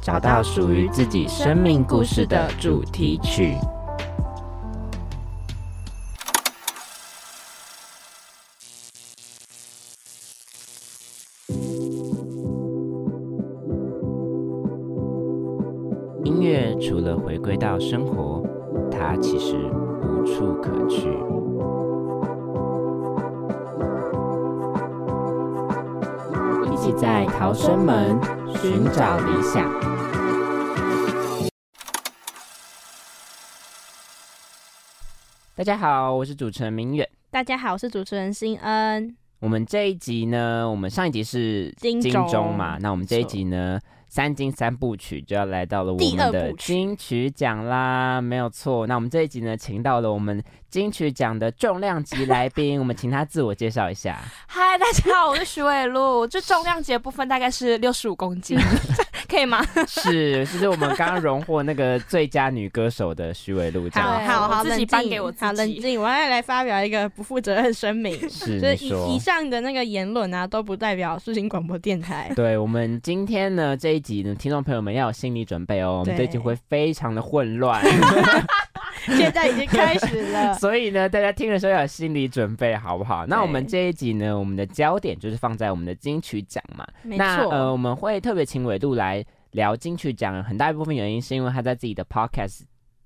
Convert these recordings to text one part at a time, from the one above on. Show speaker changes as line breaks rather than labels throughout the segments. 找到属于自己生命故事的主题
曲。音乐除了回归到生活，它其实无处可去。一起在逃生门寻找理想。大家好，我是主持人明远。
大家好，我是主持人新恩。
我们这一集呢，我们上一集是
金钟
钟嘛，那我们这一集呢，三金三部曲就要来到了我
第
们
二
的
部曲
金曲奖啦，没有错。那我们这一集呢，请到了我们金曲奖的重量级来宾，我们请他自我介绍一 下。
嗨，大家好，我是徐伟璐。这重量级的部分大概是六十五公 斤，可以吗？
是，就是我们刚刚荣获那个最佳女歌手的徐伟璐，这
好
样
对
好
我
好，
自己
冷
颁
静
给我自己
好冷静，我要来发表一个不负责任声明，
是
就是
你
以
说
以。上的那个言论啊，都不代表世新广播电 台。
对我们今天呢这一集呢，听众朋友们要有心理准备哦，我们这一集
对
会非常的混 乱，，
现在已经开始了
所以呢，大家听的时候要有心理准备，好不好？那我们这一集呢，我们的焦点就是放在我们的金曲奖嘛。
没
那
错。
呃，我们会特别请纬度来聊金曲奖，很大一部分原因是因为他在自己的 podcast《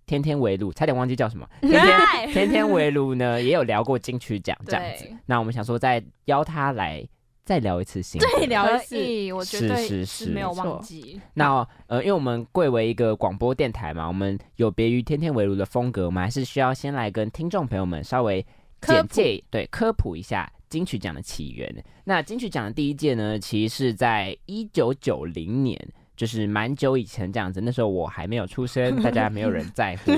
天天围炉》，差点忘记 叫什么，《天天
对
天天围炉》呢也有聊过金曲奖这样子
对。
那我们想说再邀他来再聊一次新歌，
再聊
可
一次
以，我
是
绝
是
对
是
是没有忘记。
那呃，因为我们贵为一个广播电台嘛，我们有别于天天围炉的风格，我们还是需要先来跟听众朋友们稍微
科
简
普
介，对，科普一下金曲奖的起源。那金曲奖的第一届呢，其实是在一九九零年。就是蛮久以前这样子，那时候我还没有出 生，大家没有人在乎，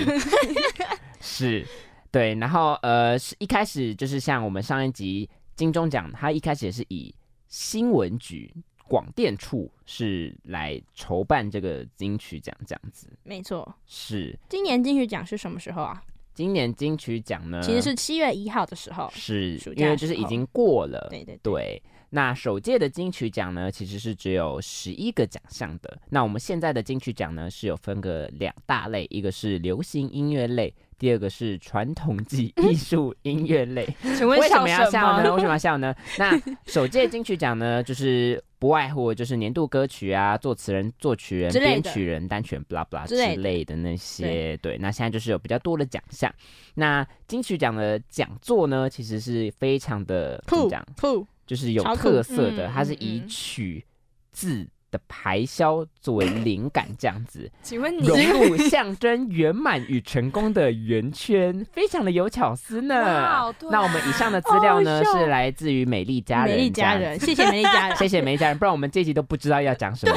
是，对。然后呃，是一开始就是像我们上一集金钟奖，它一开始也是以新闻局广电处是来筹办这个金曲奖，这样子
没错，
是。
今年金曲奖是什么时候啊？
今年金曲奖呢，哦
其实是七月一号的时候。
呃是
暑假
因为就是
的时
已
候
经过了，
对对对，
对，那首届的金曲奖呢，其实是只有十一个奖项的。那我们现在的金曲奖呢，是有分个两大类，一个是流行音乐类，第二个是传统及艺术音乐 类。
请问
为什
笑
么要
什
笑呢？
么？
为什么要笑呢？那首届金曲奖呢，就是不外乎就是年度歌曲啊、作词人、作曲人、
之类
编
的
曲人、单选 blah blah
之
之
类的
类的那些。对，那现在就是有比较多的奖项。那金曲奖的讲座呢，其实是非常的怎么
酷
讲？
酷，
就是有
超酷
特色的，
嗯
它是
嗯
以
嗯
曲字的排箫作为灵感，这样子
请
嗯
问你
融入象征圆满与成功的圆圈，非常的有巧思呢。
哇，对 啊
那我们以上的资料呢，
哦好好笑
是来自于美丽家人，
美丽家。人，谢谢美丽 家人。
谢谢美丽家人，不然我们这集都不知道要讲什么。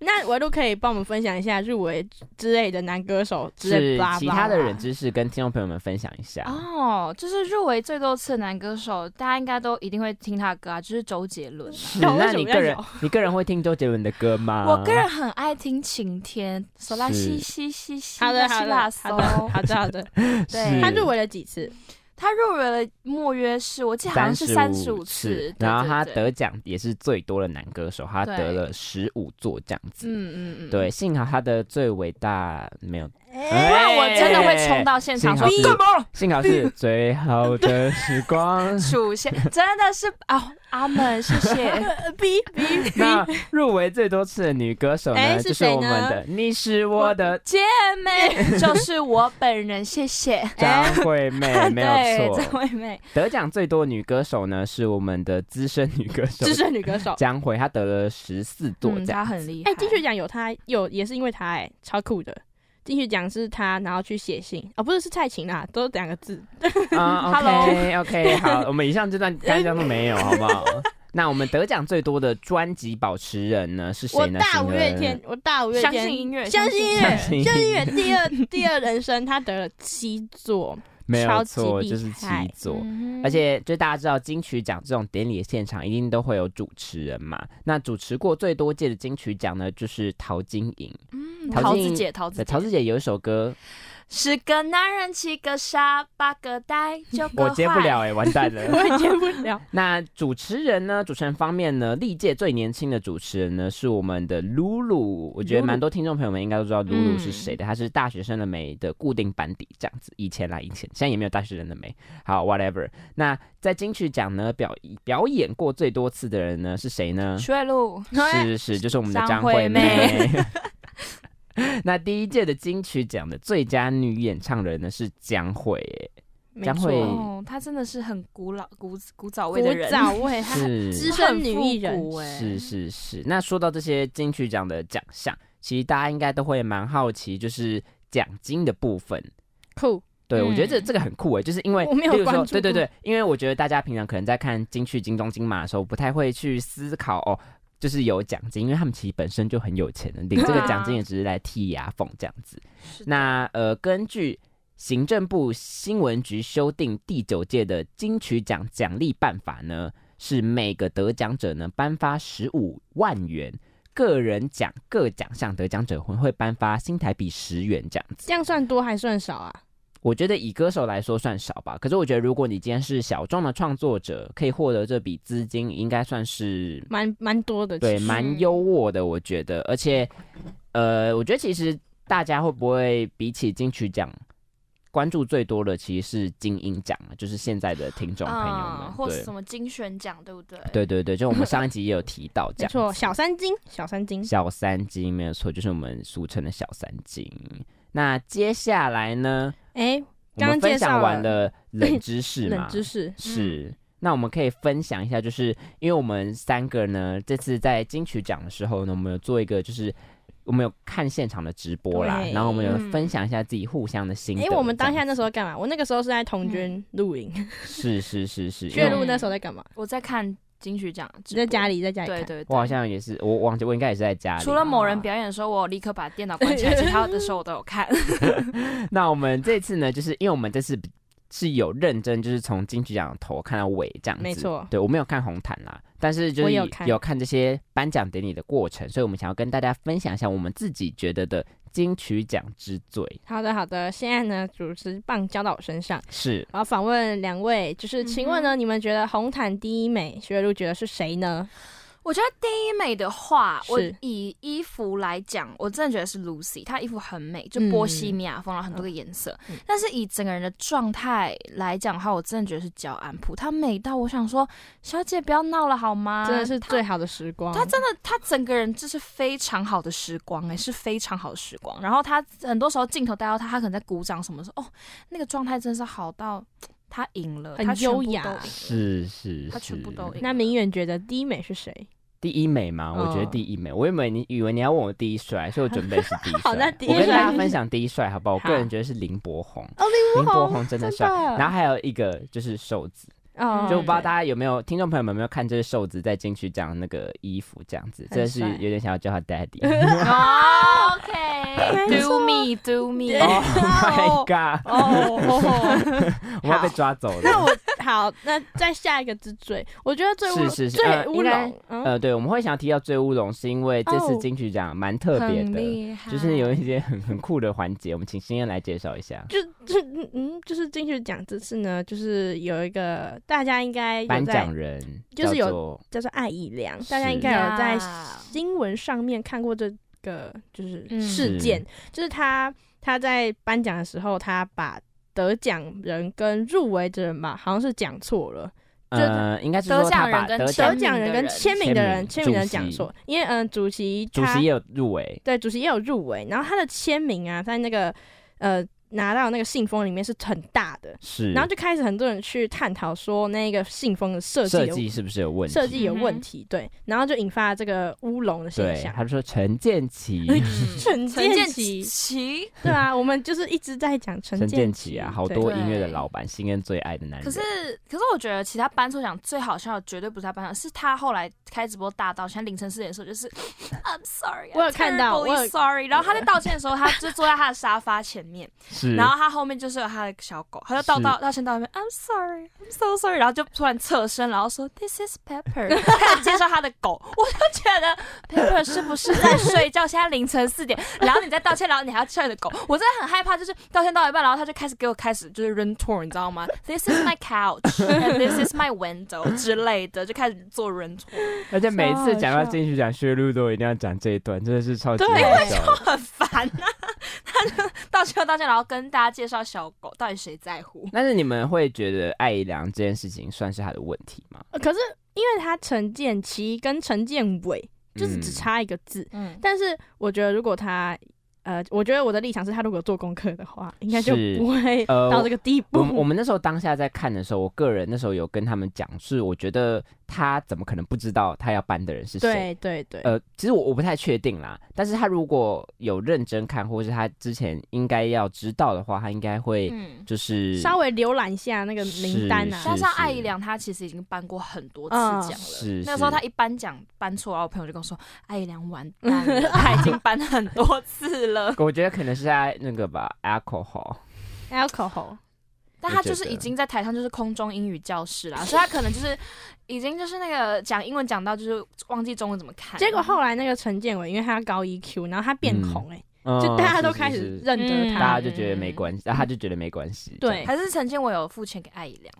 那维都可以帮我们分享一下入围之类的男歌手之类
是
的，
其他的冷知识跟听众朋友们分享一下。
哦，就是入围最多次的男歌手，大家应该都一定会听他的歌啊，就是周杰伦啊。
是，
那为
那
什
你
么
个
要
人
有，
你个人会听周杰伦的歌吗？
我个人很爱听《晴天》，索拉
啊是
西西西西，
好的，好
希
的，
拉
好的，
索。
好的，好的。
是
他入围了几 次？
他入围了莫约是，我记得好像是三
三
十五
次
次，，对
然后他，
对对
得奖也是最多的男歌手，他
对
得了十五座这样子。
嗯嗯嗯，
对，幸好他的最伟大没有哎
不然我真的会冲到现场说
幸好是
干嘛。
幸好是最好的时光
出现，真的是 哦，阿门，谢 谢。
逼逼
那入围最多次的女歌手呢，
哎是
就是
谁
我们
呢
的你是我的
姐 妹就是我本人，谢谢。
张 惠妹，哎没有
哎对张
错。
惠妹，
得奖最多女歌手呢，是我们的资深女歌手
资深女歌 手。
江蕙，她得了十四座
嗯，
奖。
她很厉害。
哎，金曲奖有她，有也是因为她，哎，超酷的。金曲奖是她，然后去写信，哦，不是是蔡琴啦，都是两个字。
啊
Hello
，OK OK，好，我们以上这段干将都没有，好不好？那我们得奖最多的专辑保持人呢是
我
谁呢？
大五月
请问
天，，我大五月
相
天，
信音乐，
相信音
相
乐，
信音乐
相信音乐第二第二人生，她得了七座，
没有
超级
错，
厉
就是七
害
座。
嗯
而且，就大家知道金曲奖这种典礼的现场，一定都会有主持人嘛。那主持过最多届的金曲奖呢，就是陶晶莹。
嗯
陶
桃
晶
子
莹
姐，桃子
对，
姐，
陶子姐有一首歌，
十个男人七个傻，八个呆九个
我
坏。
接不了哎、完蛋了。
我也接不了。
那主持人呢？主持人方面呢，历届最年轻的主持人呢是我们的露露。我觉得
Lulu
蛮多听众朋友们应该都知道露露是
嗯
谁的，她是大学生的美的固定班底这样子。以前啦，以前现在也没有大学生的美。好，whatever。那在金曲奖呢表表演过最多次的人呢是谁呢？
徐伟璐，
嗯是是 是，就是我们的
张
张
惠
惠
妹
妹。 那第一届的金曲奖的最佳女演唱人呢是江蕙 耶，
没
江
错
蕙
哦，她真的是很古老、古古早味的
古
人，
早味，她
是
资深女艺人
很复古哎
是是是。那说到这些金曲奖的奖项，其实大家应该都会蛮好奇，就是奖金的部分。
酷，
对，我觉得这
嗯
这个很酷诶，欸就是因为
我没有
例如说
关注
对对
过
对，因为我觉得大家平常可能在看金曲、金钟、金马的时候，不太会去思考哦，就是有奖金，因为他们其实本身就很有钱的，领这
对
个
啊
奖金也只是来剔牙缝这样子。
是的
那呃，根据行政部新闻局修订第九届的金曲奖奖励办法呢，是每个得奖者呢颁发十五万元。个人奖各奖项得奖者会会颁发新台币十元这样子，
这样算多还算少啊？
我觉得以歌手来说算少吧，可是我觉得如果你今天是小众的创作者，可以获得这笔资金，应该算是
蛮蛮多的，
对
其实
蛮优渥的，我觉得。而且，呃，我觉得其实大家会不会比起金曲奖关注最多的其实是金鹰奖，就是现在的听众朋友们，
啊
嗯，或是
对
什么精选奖，对不对？，
对对对，就我们上一集也有提到，这
没
样
错，
子
小三金，小三金，
小三金没有错，就是我们俗称的小三金。那接下来呢，
哎，
我
刚
们
刚
分
介
享
绍
完
了
了冷知识嘛，
冷知识，
嗯是，那我们可以分享一下，就是因为我们三个呢，这次在金曲奖的时候呢，我们有做一个就是。我们有看现场的直播啦，
对
然后我们有
嗯
分享一下自己互相的心得。
哎，我们当下那时
候
候干嘛？我那个时候是在童
嗯
军露营，
是是是是，因
岳
为
入
露那时候在干嘛？
我在看金曲奖，
在家
里，
里，在家里
嗯
哦
对
看。
对，
我
对
好像也是，我忘记我应该也是在家里。哦
除了某人表演的时候，我立刻把电脑关起来，其他的时候我都有 看。
那我们这次呢，就是因为我们这次是有认真，就是从金曲奖的头看到尾这样子。
没错
对我没有看红毯啦，但是就
我
是
有看
这些颁奖典礼的过程，所以我们想要跟大家分享一下我们自己觉得的金曲奖之最
好的，好的。现在呢，主持棒交到我身上，
是
我要访问两位，就是
嗯
请问呢，你们觉得红毯第一美学露觉得是谁呢？
我觉得第一美的话，我
是
以衣服来讲，我真的觉得是 Lucy，她衣服很美，就
嗯
波西米亚风，然后很多个颜色。
嗯
但是以整个人的状态来讲的话，我真的觉得是焦安普，她美到我想说，小姐不要闹了好吗？
真的是
她
最好的时光。
啊他真的，他整个人就是非常好的时光、哎，是非常好的时光。然后他很多时候镜头带到他，他可能在鼓掌什么的时候，哦，那个状态真的是好到他赢了，
很
他全部
优雅
都赢了
是是，
他全部
是
都赢了。
那明远觉得第一美是谁？
第一美吗？我觉得
嗯
第一美，我原本你以为你要问我第一帅，所以我准备 是第一帅。
好那第一
我跟大家
帅是
分享第一帅好不好？我个
好
人觉得是林柏宏，
哦，
林
林
柏宏真的帅。
真的
然后还有一个就是瘦子。
哦，
就我不知道大家有没有听众朋友们有没有看，这是瘦子在进去讲那个衣服这样子，
很
这是
帅
有点想要叫他 daddy。
哦
没
，OK，do
错
me do me，
oh my god！
哦哦哦。
我要被抓走
那
了。
我好， 那再下一个之最，我觉得最乌
是是是呃
最乌
应该
龙，嗯，
呃，对，我们会想要提到醉乌龙，是因为这次
哦
金曲奖蛮特别
很
的，
厉害，
就是有一些很很酷的环节，我们请新燕来介绍一下。
就就嗯嗯，就是进去讲这次呢，就是有一个大家应该有
颁
在
奖人
就是
叫
有
做
叫做艾以良，大家
是
应该有在
呀
新闻上面看过这个就是
嗯
事件，就是他他在颁奖的时候，他把得奖人跟入围的人吧，好像是讲错了。就是
呃，应该是
得
说他
奖人
把
跟
得
签
得
奖
奖人跟签名的人，
签
签
名
名的人
主
讲
席
错，因为嗯、呃主席
主
他
席也有入围，
对主席也有入围，然后他的签名啊，在那个呃拿到那个信封里面是很大的，
是，
然后就开始很多人去探讨说那个信封的设计
设
有
计是不是有问题？
设计有
嗯哼
问题，对，然后就引发这个乌龙的现
对，
象
他。就说陈建奇，
陈
陈建
建奇，
奇，
对啊，我们就是一直在讲陈
陈建
奇
奇啊，好
对
多
对
音乐的老板，心跟最爱的男人。
可是可是我觉得其他颁抽奖最好笑的绝对不是他颁奖，是他后来开直播大道歉，凌晨四点的时候 就是 I'm sorry，
我有看到
I'm terribly
我有
sorry，然后他在道歉的时候，他就坐在他的沙发前面，
是，
然后他后面就是有他的小狗，他就道道道歉道歉，I'm sorry，I'm so sorry，然后就突然侧身，然后说 This is Pepper，开始 介绍他的狗，我就觉得 Pepper 是不是在睡觉？现在凌晨四点，然后你在道歉，然后你还要叫你的狗，我真的很害怕，就是道歉到一半，然后他就开始给我开始就是 run tour，你知道吗？This is my couch，and this is my window 之类的，就开始做 run tour，
而且每次讲到
笑
金曲奖薛露都一定要讲这一段，真的是超级
对
好笑的。
很烦啊。他就道歉道歉，然后跟大家介绍小狗到底谁在乎。
但是你们会觉得艾怡良这件事情算是他的问题吗？
呃可是因为他陈建奇跟陈建伟就是只
嗯
差一个字，
嗯，
但是我觉得如果他呃，我觉得我的立场是他如果做功课的话，应该就是不会
呃
到这个地步。
我们我们那时候当下在看的时候，我个人那时候有跟他们讲，是我觉得他怎么可能不知道他要搬的人是谁？
对对对，
呃，其实我我不太确定啦，但是他如果有认真看，或是他之前应该要知道的话，他应该会
嗯。
就是
稍微浏览一下那个名单
是
啊
加。上艾怡良，她其实已经颁过很多次
嗯
奖了。
是
那时候
是。
她一颁奖颁错，然后我朋友就跟我说：“艾怡良完 蛋了，她已经颁很多次了
我觉得可能是在那个吧，alcohol。
alcohol，”
但她就是已经在台上就是空中英语教室啦，所以她可能就是 已经就是那个讲英文讲到就是忘记中文怎么看。
结果后来那个陈建伟，因为他高 EQ，然后他变
嗯
红哎、
嗯
就大家都
是
开
是
始
是
认得
嗯
大
他。
家就觉得没关系，然后他就觉得没关系。
嗯对哦
这样
还是曾经我有付钱给艾怡良，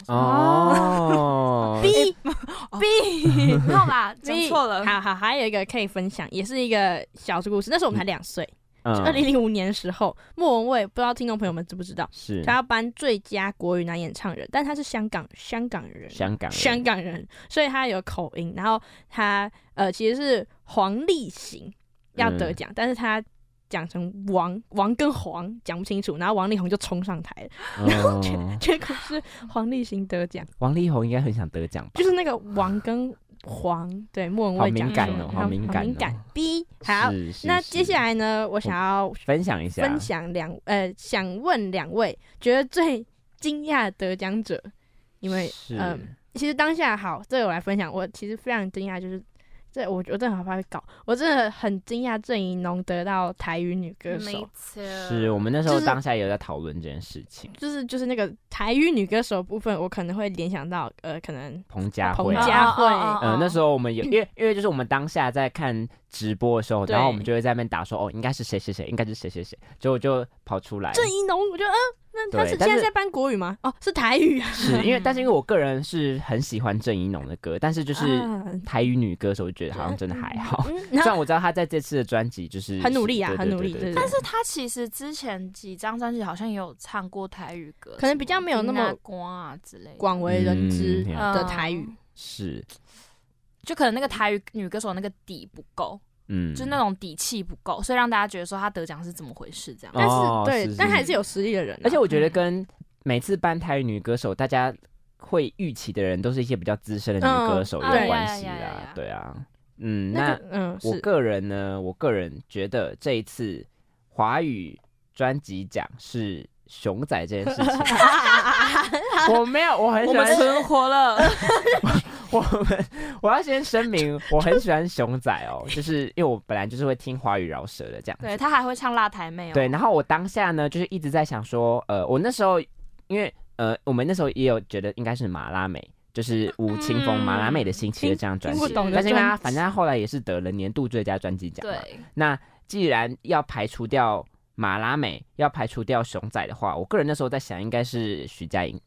哦
B
没有啦， 讲
B
错了。
好好，还有一个可以分享，也是一个小故事。那时候我们才两岁，二零
嗯，
零五年的时候，莫文蔚不知道听众朋友们知不知道，
是
他要颁最佳国语男演唱人，但他是香港香港人，
香港人
香港人，所以他有口音。然后他呃其实是黄立行要得
嗯
奖，但是他讲成王王跟黄讲不清楚，然后王力宏就冲上台 了，
哦
结果是黄立行得奖，
王力宏应该很想得奖吧？
就是那个王跟黄对莫文
好
蔚
敏
讲
感
错
哦，
然
好
后
敏
好
感，
敏感。。B 好，
是，是
那
是
接下来呢，我想要
分享一下，
分享两呃，想问两位觉得最惊讶的得奖者，你们
是
嗯其实当下好，这个我来分享，我其实非常惊讶，就是这我我真的好怕被搞，我真的很惊讶郑怡农得到台语女歌手，
错，
是我们那时候
就是
当下有在讨论这件事情，
就是就是那个台语女歌手部分，我可能会联想到呃，可能
彭佳
彭
慧。
佳
哦
家慧
呃，那时候我们有，因为因为就是我们当下在看直播的时候，然后我
对
们就会在那边打说，哦，应该是谁谁谁，应该是谁谁谁，结果就跑出来。
郑怡农，我觉得嗯，那他
对
是
但
现
是
在在搬国语吗？哦，是台语啊，
是因为，但是因为我个人是很喜欢郑怡农的歌，但是 就是
啊
台语女歌手，我觉得好像真的还 好。
嗯，
虽
然后
然我知道她在这次的专辑就是
很努力啊
对
很努力
对对
对
对
对
但是他其实之前几张专辑好像也有唱过台语歌，
可能比较没有那么
光啊之类的。
广为人知
嗯
的台语，
是，
就可能那个台语女歌手那个底不够，
嗯，
就那种啊底气不够，所以让大家觉得说她得奖是怎么回事这样。
但是、
哦
对，
是是
但还
是
是有实力的人啊、
而且我
嗯
觉得跟每次颁台语女歌手，大家会预期的人都是一些比较资深的女歌手
嗯
啊
有
对
关系
呀呀呀
啦
呀，
对啊，嗯，
那
那
就嗯
我
是
个人呢，我个人觉得这一次华语专辑奖是熊仔这件事 情，我没有，我很
我
喜
们
欢，
存 活了，
我们我要先声 明，我很喜欢熊仔哦，就是因为我本来就是会听华语饶舌的这样子，
对她还会唱辣台妹哦。
对，，然后我当下呢，就是一直在想说，呃，我那时候因为呃，我们那时候也有觉得应该是马拉美，就是吴青峰、马拉美的新期的这张专
嗯听
辑
不，懂的
但是因为他
专
反正他后来也是得了年度最佳专辑奖嘛。
对，
那既然要排除掉马拉美，要排除掉熊仔的话，我个人那时候在想应该是徐佳莹。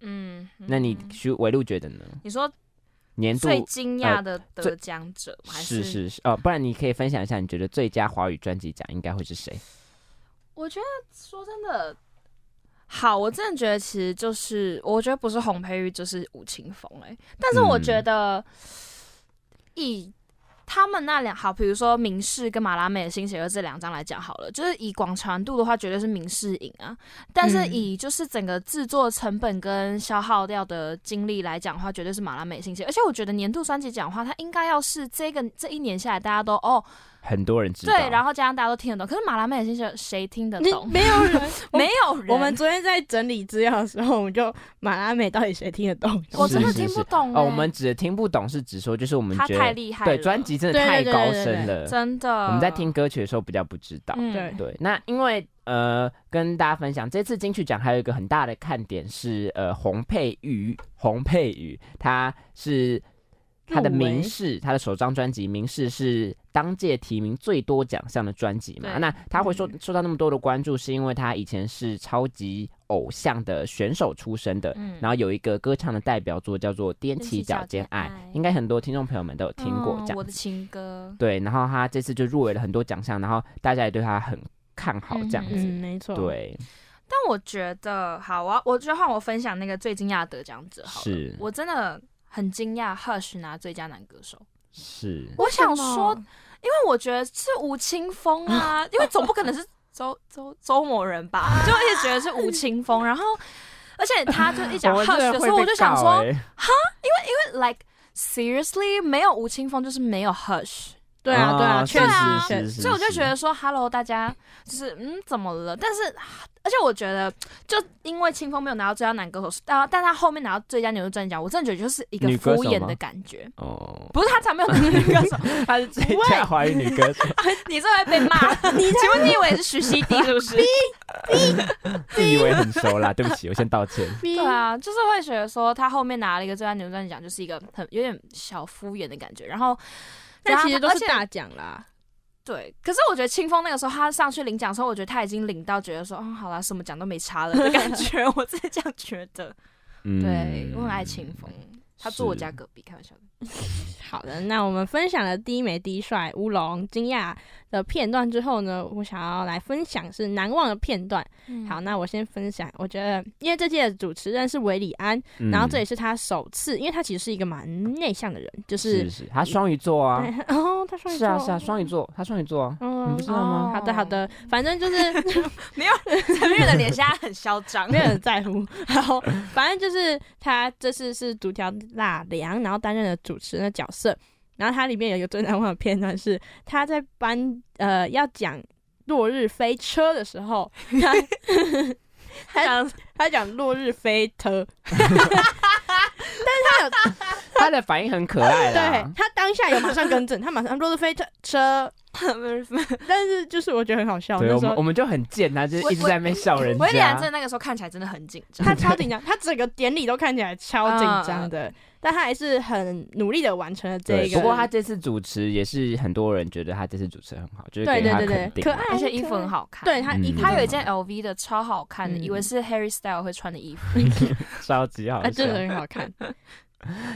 嗯，
那你
嗯
徐维路觉得呢？
你说
年度呃
最惊讶的得奖者吗还
是是是哦，不然你可以分享一下，你觉得最佳华语专辑奖应该会是谁？
我觉得说真的，好，我真的觉得其实就是，我觉得不是洪佩玉就是吴青峰哎、但是我觉得、以他们那两好，比如说明世跟马拉美的新邪恶这两张来讲好了，就是以广传度的话，绝对是明世赢啊。但是
嗯
以就是整个制作成本跟消耗掉的精力来讲的话，绝对是马拉美新邪恶。而且我觉得年度专辑讲的话，它应该要是这个这一年下来大家都哦
很多人知道。
对，然后加上大家都听得懂，可是马拉美新邪恶谁听得
你
懂？
没有人， 我
没有人，
我们昨天在整理资料的时候，我们就马拉美到底谁听得懂？
我真的
是是
听
是
不懂、欸。
哦，我们指的听不懂是指说，就是我们
他
觉
太
得
厉害了，
对专辑真的
对对
太
对
高
对对
深了。
真的，
我们在听歌曲的时候比较不知道。
嗯，
对
对，那因为呃，跟大家分享，这次金曲奖还有一个很大的看点是，呃，洪佩瑜，洪佩瑜，她是她的
入围
名士，她的首张专辑《名士》是当届提名最多奖项的专辑嘛？
对
那她会受受到那么多的关注，是因为她以前是超级偶像的选手出身的，
嗯
然后有一个歌唱的代表作叫做《踮
踮
起
起
脚
脚
尖
尖
爱
爱》，
应该很多听众朋友们都有听过
嗯
这样
我的情歌，
对，然后他这次就入围了很多奖项，然后大家也对他很看好这样子。
嗯，没错，，
对，
但我觉得好啊，我就换我分享那个最惊讶的得奖者好了，
是
我真的很惊讶，Hush 拿最佳男歌手，
是
我想说，因为我觉得是吴青峰啊，因为总不可能是周周周某人吧，就一直觉得是吴青峰，然后而且他就一讲
们真
Hush 的时
会
候，我
被
就想
告
说。
欸
，like seriously，没有吴青峰就是没有 Hush，
对啊，对啊，
啊
确
对
实，
啊
确实
是
所以我就觉得说，Hello，大家就是嗯，怎么了？但是，而且我觉得，就因为清风没有拿到最佳男歌手，但但他后面拿到最佳女歌专辑奖，我真的觉得就是一个
女
敷
歌手
衍
吗
的感觉。
哦，
不是他才没有拿女歌 手，
她是最佳华语女 歌手，
你这会被骂。请问你以为是徐熙娣是 不是？
自以为很熟啦，对不起，我先道 歉。
对啊，就是会觉得说他后面拿了一个最佳女歌专辑奖，就是一个很有点小敷衍的感觉。然后，
但其实都
而
是
且
大奖啦。
对，可是我觉得清风那个时候他上去领奖的时候，我觉得他已经领到觉得说，嗯，好啦，什么奖都没差了的 感觉，我自己这样觉得。
嗯
对，我很爱清风，他住我
是
家隔壁，开玩笑的。
好的，那我们分享了第一枚第一帅乌龙惊讶的片段之后呢，我想要来分享是难忘的片段。
嗯
好，，那我先分享，我觉得因为这届的主持人是韦礼安，
嗯
然后这也是他首次，因为他其实是一个蛮内向的人，就是
是是，她双鱼座啊，
对 哦，他双
是
鱼座，
啊是啊，双鱼座，她双鱼座 啊，你
嗯
不哦知，道吗？
哦
好的好的，反正就是
陈玉的脸现在很嚣张
没有人在乎。 然后反正就是他这次是独条辣梁，然后担任了主持人的角色。然后它里面有一个最难忘的片段是他在搬呃要讲落日飞车的时候，他他他讲落日飞车，
她的反应很可爱
对
啦，
他当下有马上更正，他马上落日飞车车，但是就是我觉得很好笑，
我
那时
们我
候。
们就很贱，啊她就
我
一直在那边笑人
威廉
家
真的。那个时候看起来真的很紧张，
他超紧张，他整个典礼都看起来超紧张的，但他还是很努力的完成了这
对，
一个。
不过她这次主持也是很多人觉得她这次主持很好，就是
对
给
对
她
对
肯
对，
定
可
啦。
爱，
而且衣服很好看。
对，他衣
嗯
服，
他有一件 LV 的超好看的，
嗯
以为是 Harry Style 会穿的衣服。
超级好
啊，
笑
真。的很 好看。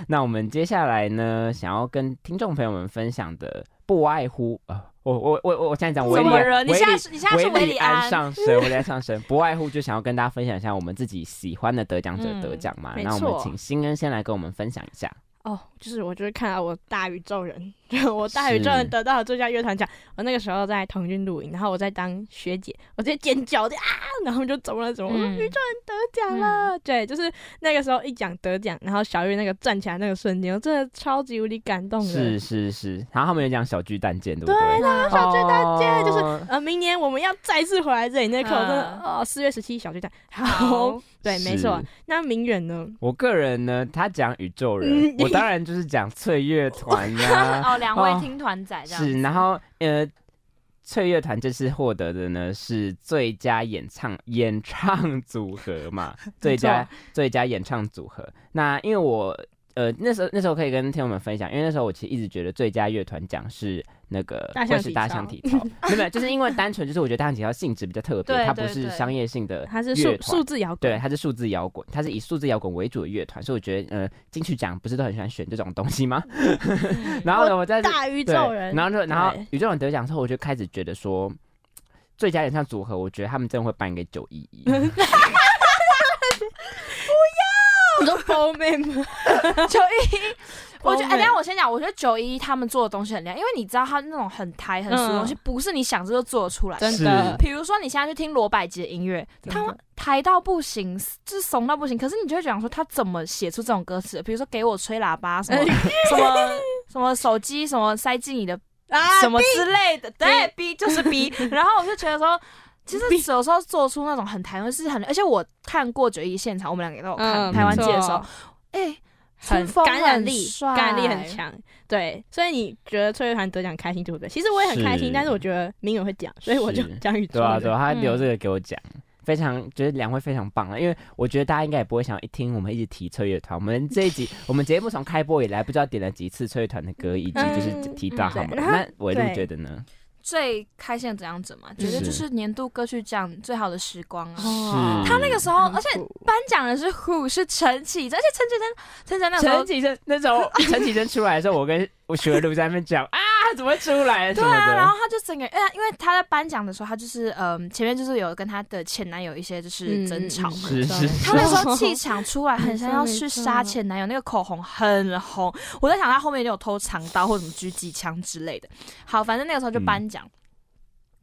那我们接下来呢，想要跟听众朋友们分享的，不外乎呃，我我我我我现在讲维
怎
里
么了？
安，
你
维
现在
里
是你现在是
维
里
里
安
安，上升，维里安上升，不外乎就想要跟大家分享一下我们自己喜欢的得奖者得奖嘛。
嗯没
那我们
错
请新恩先来跟我们分享一下。
哦，就是我就是看到我大宇宙人，我大宇宙人得到了最佳乐团奖。我那个时候在童军露营，然后我在当学姐，我直接尖叫的啊，然后就怎么了怎么了，我说
嗯
宇宙人得奖
嗯
了。对，就是那个时候一讲得奖，然后小玉那个站起来那个瞬间，我真的超级无敌感动的。
是是是，然后他们有讲小巨蛋见，对哦不
对
对？
的，小巨蛋见就是
是
呃，明年我们要再次回来这里，那刻我真的
嗯
哦，四月十七小巨蛋，好，对，没错。那明远呢？
我个人呢，他讲宇宙人
嗯，
我当然就是讲翠乐团啊，
哦，两位听团仔这样子
是，然后呃，翠乐团这次获得的呢是最佳演唱演唱组合嘛，最佳最佳演唱组合。那因为我呃那时候那时候可以跟听友们分享，因为那时候我其实一直觉得最佳乐团奖是那个
大象
会是
体
大
操
象体操，没有没有，就是因为单纯就是我觉得大象体操性质比较特别，
对
它不
对
是
对
商业性的乐团，
他是数数字摇滚，
对，它是数字摇滚，它是以数字摇滚为主的乐团，所以我觉得，呃，金曲奖不是都很喜欢选这种东西吗？ 然后呢，我在
嗯大宇
对
宙人
然后就然后
对
宇宙人得奖之后，我就开始觉得说，最佳演唱组合，我觉得他们真的会颁给九一 一。
你说 Paul Man 吗？
九一， 我觉得，
疯欸
哎，等一下我先讲，我觉得九一他们做的东西很亮，因为你知道他那种很台很俗的
嗯
东西，不是你想着就做得出来。
真
是
的，
比如说你现在去听罗百吉的音乐，
真的
他们台到不行，就是怂到不行，可是你就会讲说他怎么写出这种歌词的？比如说给我吹喇叭什么什么什么手机什么塞进你的
啊
什么之类的，对逼就是 逼。然后我就觉得说，其实有时候做出那种很台湾是很，而且我看过九一现场，我们两个也都有看
嗯，
台湾
没
季
错
的时候，哎，
很
春风
感染力，
帅
感染力很。强。对，所以你觉得崔玉涵得奖开心对不对？其实我也很开心，
是
但是我觉得明远会讲，所以我就是讲宇宙
对啊，对
的。
啊，他留这个给我讲，非常觉得两位非常棒啊，因为我觉得大家应该也不会想要一听我们一直提翠乐团，我们这一集我们节目从开播以来，不知道点了几次翠乐团的歌，以及就是
嗯
提到他们。
对然后
那伟路
对
觉得呢？
最开心的怎样子嘛，觉得就是年度歌曲奖最好的时光啊。
哦
是
他那个时候，而且
酷
颁奖人是 Who 是陈绮贞，而且陈绮贞，陈绮贞那时候
陈绮贞那时 候陈绮贞出来的时候，我跟我学路在那边讲啊，怎么会出来什
对
么
啊，然
的，
后他就整个，因为因为他在颁奖的时候，他就是嗯，前面就是有跟他的前男友一
嗯
些
嗯
就是争吵嘛，
是是是
她那时候气场出来，很 像要去杀前男友，那个口红很红。我在想她后面一定有偷藏刀或者什么狙击枪之类的。好，反正那个时候就
嗯
颁奖，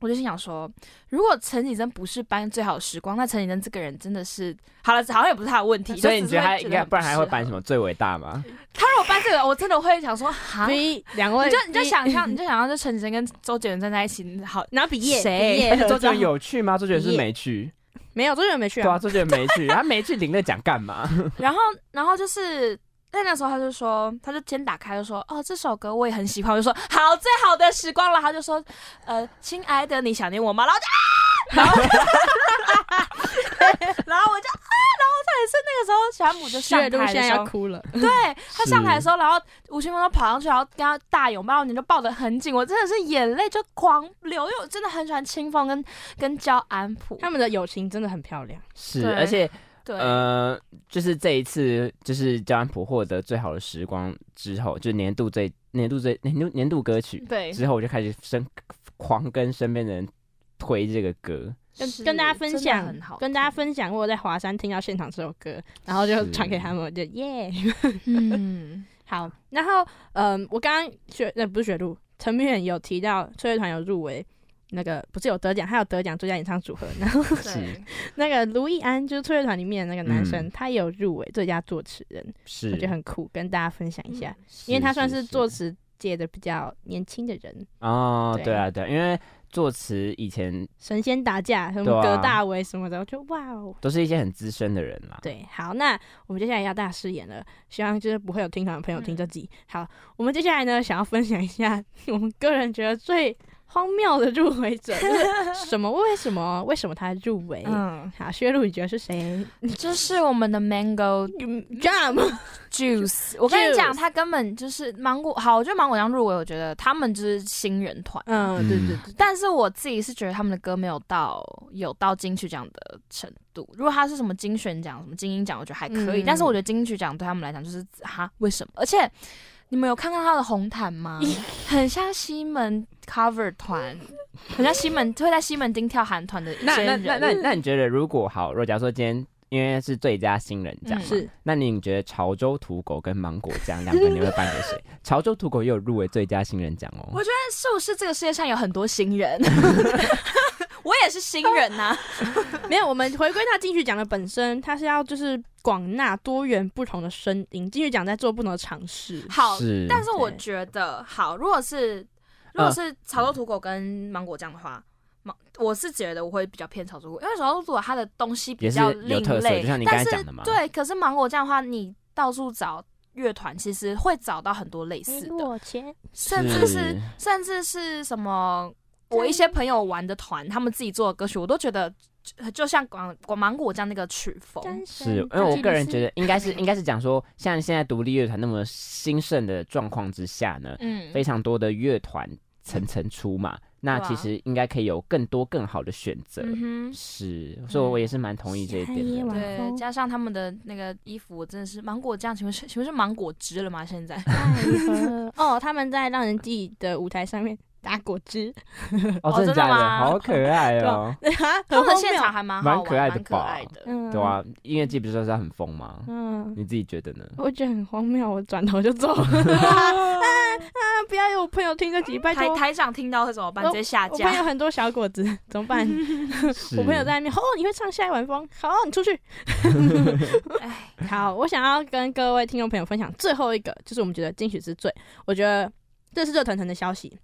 我就心想说，如果陈绮贞不是颁最好的时光，那陈绮贞这个人真的是好了，好像也不是她的问题。
所以你
就只
觉得
是
他
会
应该不然还会颁什
么？
么最伟大吗？
他如果颁这个，我真的会想说，哈，你
，B 两位，
就你就
B-
想象，你就想象，就陈绮贞跟周杰伦站在一起，好，
然后毕业，
谁
毕业
而哎且周杰伦
合照
有去吗？周杰伦是没去，
没有？周杰伦没去
对啊，？周杰伦没去，他没去领那奖干嘛？
然后，然后就是在那时候，他就说，他就先打开就说，哦，这首歌我也很喜欢，我就说好，最好的时光了。他就说，呃，亲爱的，你想念我吗？然后就啊，然后，然后我 就啊，然后特别是那个时候，小安姆就
徐
上
伟路
台
现
的
在
时
要
候，
哭了，
对 他上台的时候，然后吴青峰就跑上去，然后跟他大拥抱，你就抱得很紧，我真的是眼泪就狂流，因为我真的很喜欢清风跟跟焦安普，
他们的友情真的很漂亮。
是，
对
而且
对。
呃，就是这一次，就是焦安普获得最好的时光之后，就是年度最年度最年度年度歌曲
对，
之后，我就开始身狂跟身边的人推这个歌，
跟
是
跟大家分
真的
享
很好，
跟大家分享，我有在华山听到现场这首歌，然后就是传给他们，我就耶。
嗯，
好，然后嗯，我刚刚学呃不是学路，陈明远有提到翠乐团有入围，那个不是有得奖，他有得奖最佳演唱组合，然 后
对，
那个卢艺安就是翠乐团里面的那个男生，
嗯
他也有入围最佳作词人，
是，
我觉得很酷，跟大家分享一下，
嗯
是
因为他算是作词界的比较年轻的人，
哦，
对
对啊，对啊，因为作词以前
神仙打架什
对
么
啊
葛大为什么的，我就哇哦。
都是一些很资深的人啦，
对，好，那我们接下来要大失言了，希望就是不会有听团的朋友听
嗯
这集。好，我们接下来呢，想要分享一下我们个人觉得最荒谬的入围者， 就是什么？为什么？为什么他入围？
嗯，
好，薛露，你觉得是谁嗯
就是我们的 mango
嗯
？Jump，
juice。我跟你讲，
Juice
他根本就是芒果。好，我觉得芒果酱入围，我觉得他们就是新人团。
嗯，对对对，
但是我自己是觉得他们的歌没有到有到金曲奖的程度。如果他是什么金选奖、什么金鹰奖，我觉得还可以。
嗯
但是我觉得金曲奖对他们来讲就是哈，为什么？而且你们有看到他的红 毯吗？很像西门 cover 团，很像西门会在西门町跳韩团的一
那
些
那
人。
那那那你觉得如果好，如果假如说今天因为是最佳新人奖嘛，
嗯
是
那你觉得潮州土狗跟芒果酱两个你会颁给谁？ 潮州土狗也有入围最佳新人奖哦
我。觉得是不是这个世界上有很多新人？ 我也是新人呐、
没有，我们回归到金曲奖的本身，它是要就是广纳多元不同的声音，金曲奖在做不同的 尝试。
好，
是，
但是我
对
觉得好，如果是如
嗯
果是潮州土狗跟芒果酱的话。芒我是觉得我会比较偏潮州土狗，因为潮州土狗它的东西比
也是
较
有
另
特色，
类，
就像你刚
但
才
是
讲的嘛。
对，可是芒果酱的话，你到处找乐团，其实会找到很多类似的，
我
哦
钱，
甚至是甚至是什么，我一些朋友玩的团，他们自己做的歌曲，我都觉得就就像广广芒果酱那个曲风，
是，因为我个人觉得应该 是应该是讲说，像现在独立乐团那么兴盛的状况之下呢，
嗯，
非常多的乐团层层出嘛，那
对啊
其实应该可以有更多更好的选择。
嗯哼
是，所以我也是蛮同意这一
嗯
点的。
晚
对，
风
加上他们的那个衣服，我真的是芒果酱，请问是请问是芒果汁了吗？现在
哦，他们在让人记忆的舞台上面打果汁，
哦，真
真的
假的？
吗啊
好可 爱哦，
他
他
们现场还蛮好玩
蛮可爱的
蛮可
吧
爱的。
嗯
对，啊，音乐季不是说是很疯吗？
嗯，
你自己觉得呢？
我觉得很荒谬，我转头 就走了， 啊啊！不要有我朋友听这几拜托
台，台长听到会怎么办？直接下
我朋友
架。
很多小果子，怎么办？
是
我朋友在那边，哦，你会唱下一晚风，好，你出去。
哎，
好，我想要跟各位听众朋友分享最后一个，就是我们觉得金曲之最，我觉得这是热腾腾的消息，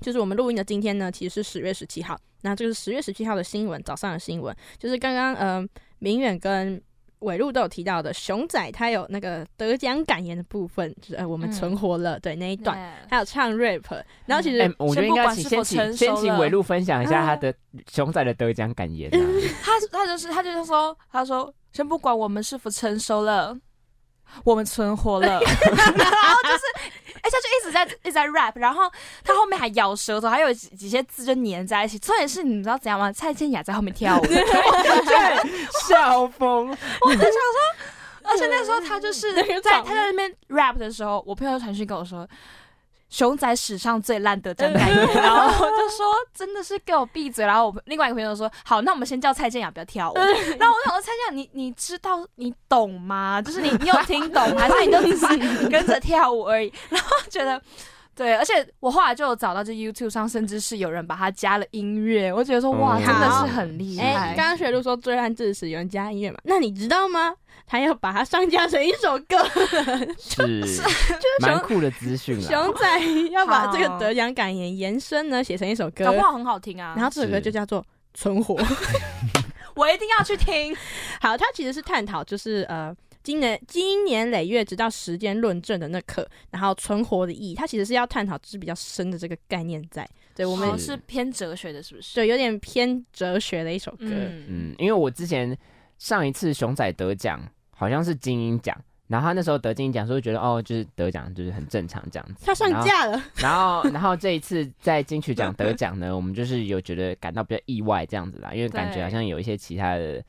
就是我们录音的今天呢，其实是十月十七号，那就是十月十七号的新闻，早上的新闻，就是刚刚嗯，明远跟。伟路都有提到的，熊仔他有那个得奖感言的部分，就是呃我们
嗯
存活了，对那一段，
对
还有唱 rap，然后其实、
哎、我觉得应该请
先
先
不管是否
请
成熟
先请
了嗯
伟路分享一下他的熊仔的得奖感言、 啊。
他他就是他就是说，他说先不管我们是否成熟了，我们存活了。然后就是，哎，他就一直在一直在 rap，然后他后面还咬舌头，还有几几些字就粘在一起。重点是，你知道怎样吗？蔡健雅在后面跳舞，
笑疯，
而且那时候他就是
那个
在
场
他在那边 rap 的时候，我朋友传讯跟我说。熊仔史上最烂得奖感言， 然后我就说真的是给我闭嘴。然后我另外一个朋友说好，那我们先叫蔡健雅不要跳舞。然后我想说蔡健雅，你你知道你懂 吗？就是你你有听懂吗，还是你就只是跟着跳舞而已？ 然后觉得对，而且我后来就有找到，就 YouTube 上甚至是有人把它加了音乐，我觉得说哇，
嗯
真的是很厉
哎，
害。
刚刚雪露说最烂致死有人加音乐嘛？那你知道吗？他要把它上架成一首歌，
啊
是蛮酷的资讯啊啦。
熊仔要把这个得奖感言延伸呢写成一首歌
搞，不好很好听啊，
然后这首歌
是
就叫做《存活》。
我一定要去听。
好，它其实是探讨就是呃。今年今年累月，直到时间论证的那刻，然后存活的意义，它其实是要探讨就是比较深的这个概念在。对我们
哦
是
是偏哲学的，是不是？
对有点偏哲学的一首歌，
嗯，
嗯，因为我之前上一次熊仔得奖好像是金鹰奖，然后他那时候得金鹰奖，所以觉得哦，就是得奖就是很正常这样子。
它上架了。
然后，然后这一次在金曲奖得奖呢，我们就是有觉得感到比较意外这样子啦，因为感觉
对
好像有一些其他的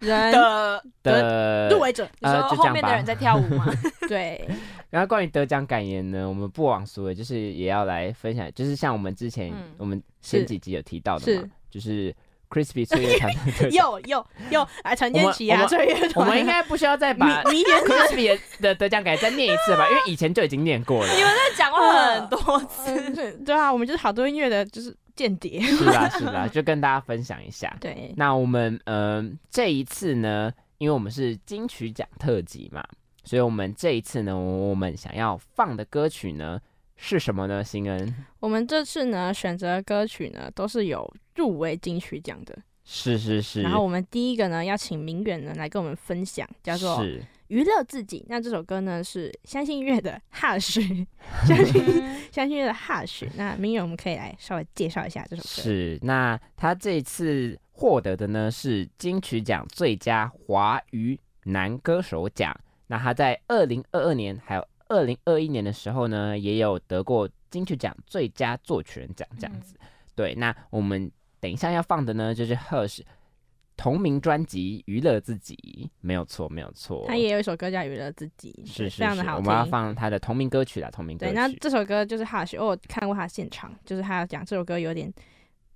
人
的，
的
入围者，
你说
呃就这
后
样
面的
吧
人在跳舞吗？
对，
然后关于得奖感言呢，我们不枉所为，就是也要来分享，就是像我们之前、
嗯
我们前几集有提到的嘛
是，
就是 Crispy 岁月团队 得奖。
又又又来陈
我
建
们
奇啊，
我们
这乐团，
我们应该不需要再把
迷迷点
Crispy 的得奖感言再念一次吧，因为以前就已经念 过了，
你们 在讲过很多次，
嗯对啊，我们就是好多音乐的，就是间谍。
是吧？是吧？就跟大家分享一下。
对，
那我们嗯、这一次呢，因为我们是金曲奖特辑嘛，所以我们这一次呢，我们想要放的歌曲呢是什么呢？新恩
我们这次呢选择的歌曲呢都是有入围金曲奖的。
是是是，
然后我们第一个呢要请明远呢来跟我们分享，叫做《
是
娱乐自己》。那这首歌呢是相信乐的《哈什》， 相信
嗯
相信乐的《哈什》。那明远我们可以来稍微介绍一下这首歌。
是，那他这次获得的呢是金曲奖最佳华语男歌手奖。那他在二零二二年还有二零二一年的时候呢，也有得过金曲奖最佳作曲人奖这样子。
嗯
对，那我们等一下要放的呢，就是 Hush 同名专辑《娱乐自己》，没有错，没有错。
他也有一首歌叫《娱乐自己》，
是是是，
非常的好
我
听。
们要放他的同名歌曲啦，同名歌
对，
曲。
那这首歌就是哈许，我有看过他现场，就是他讲这首歌有点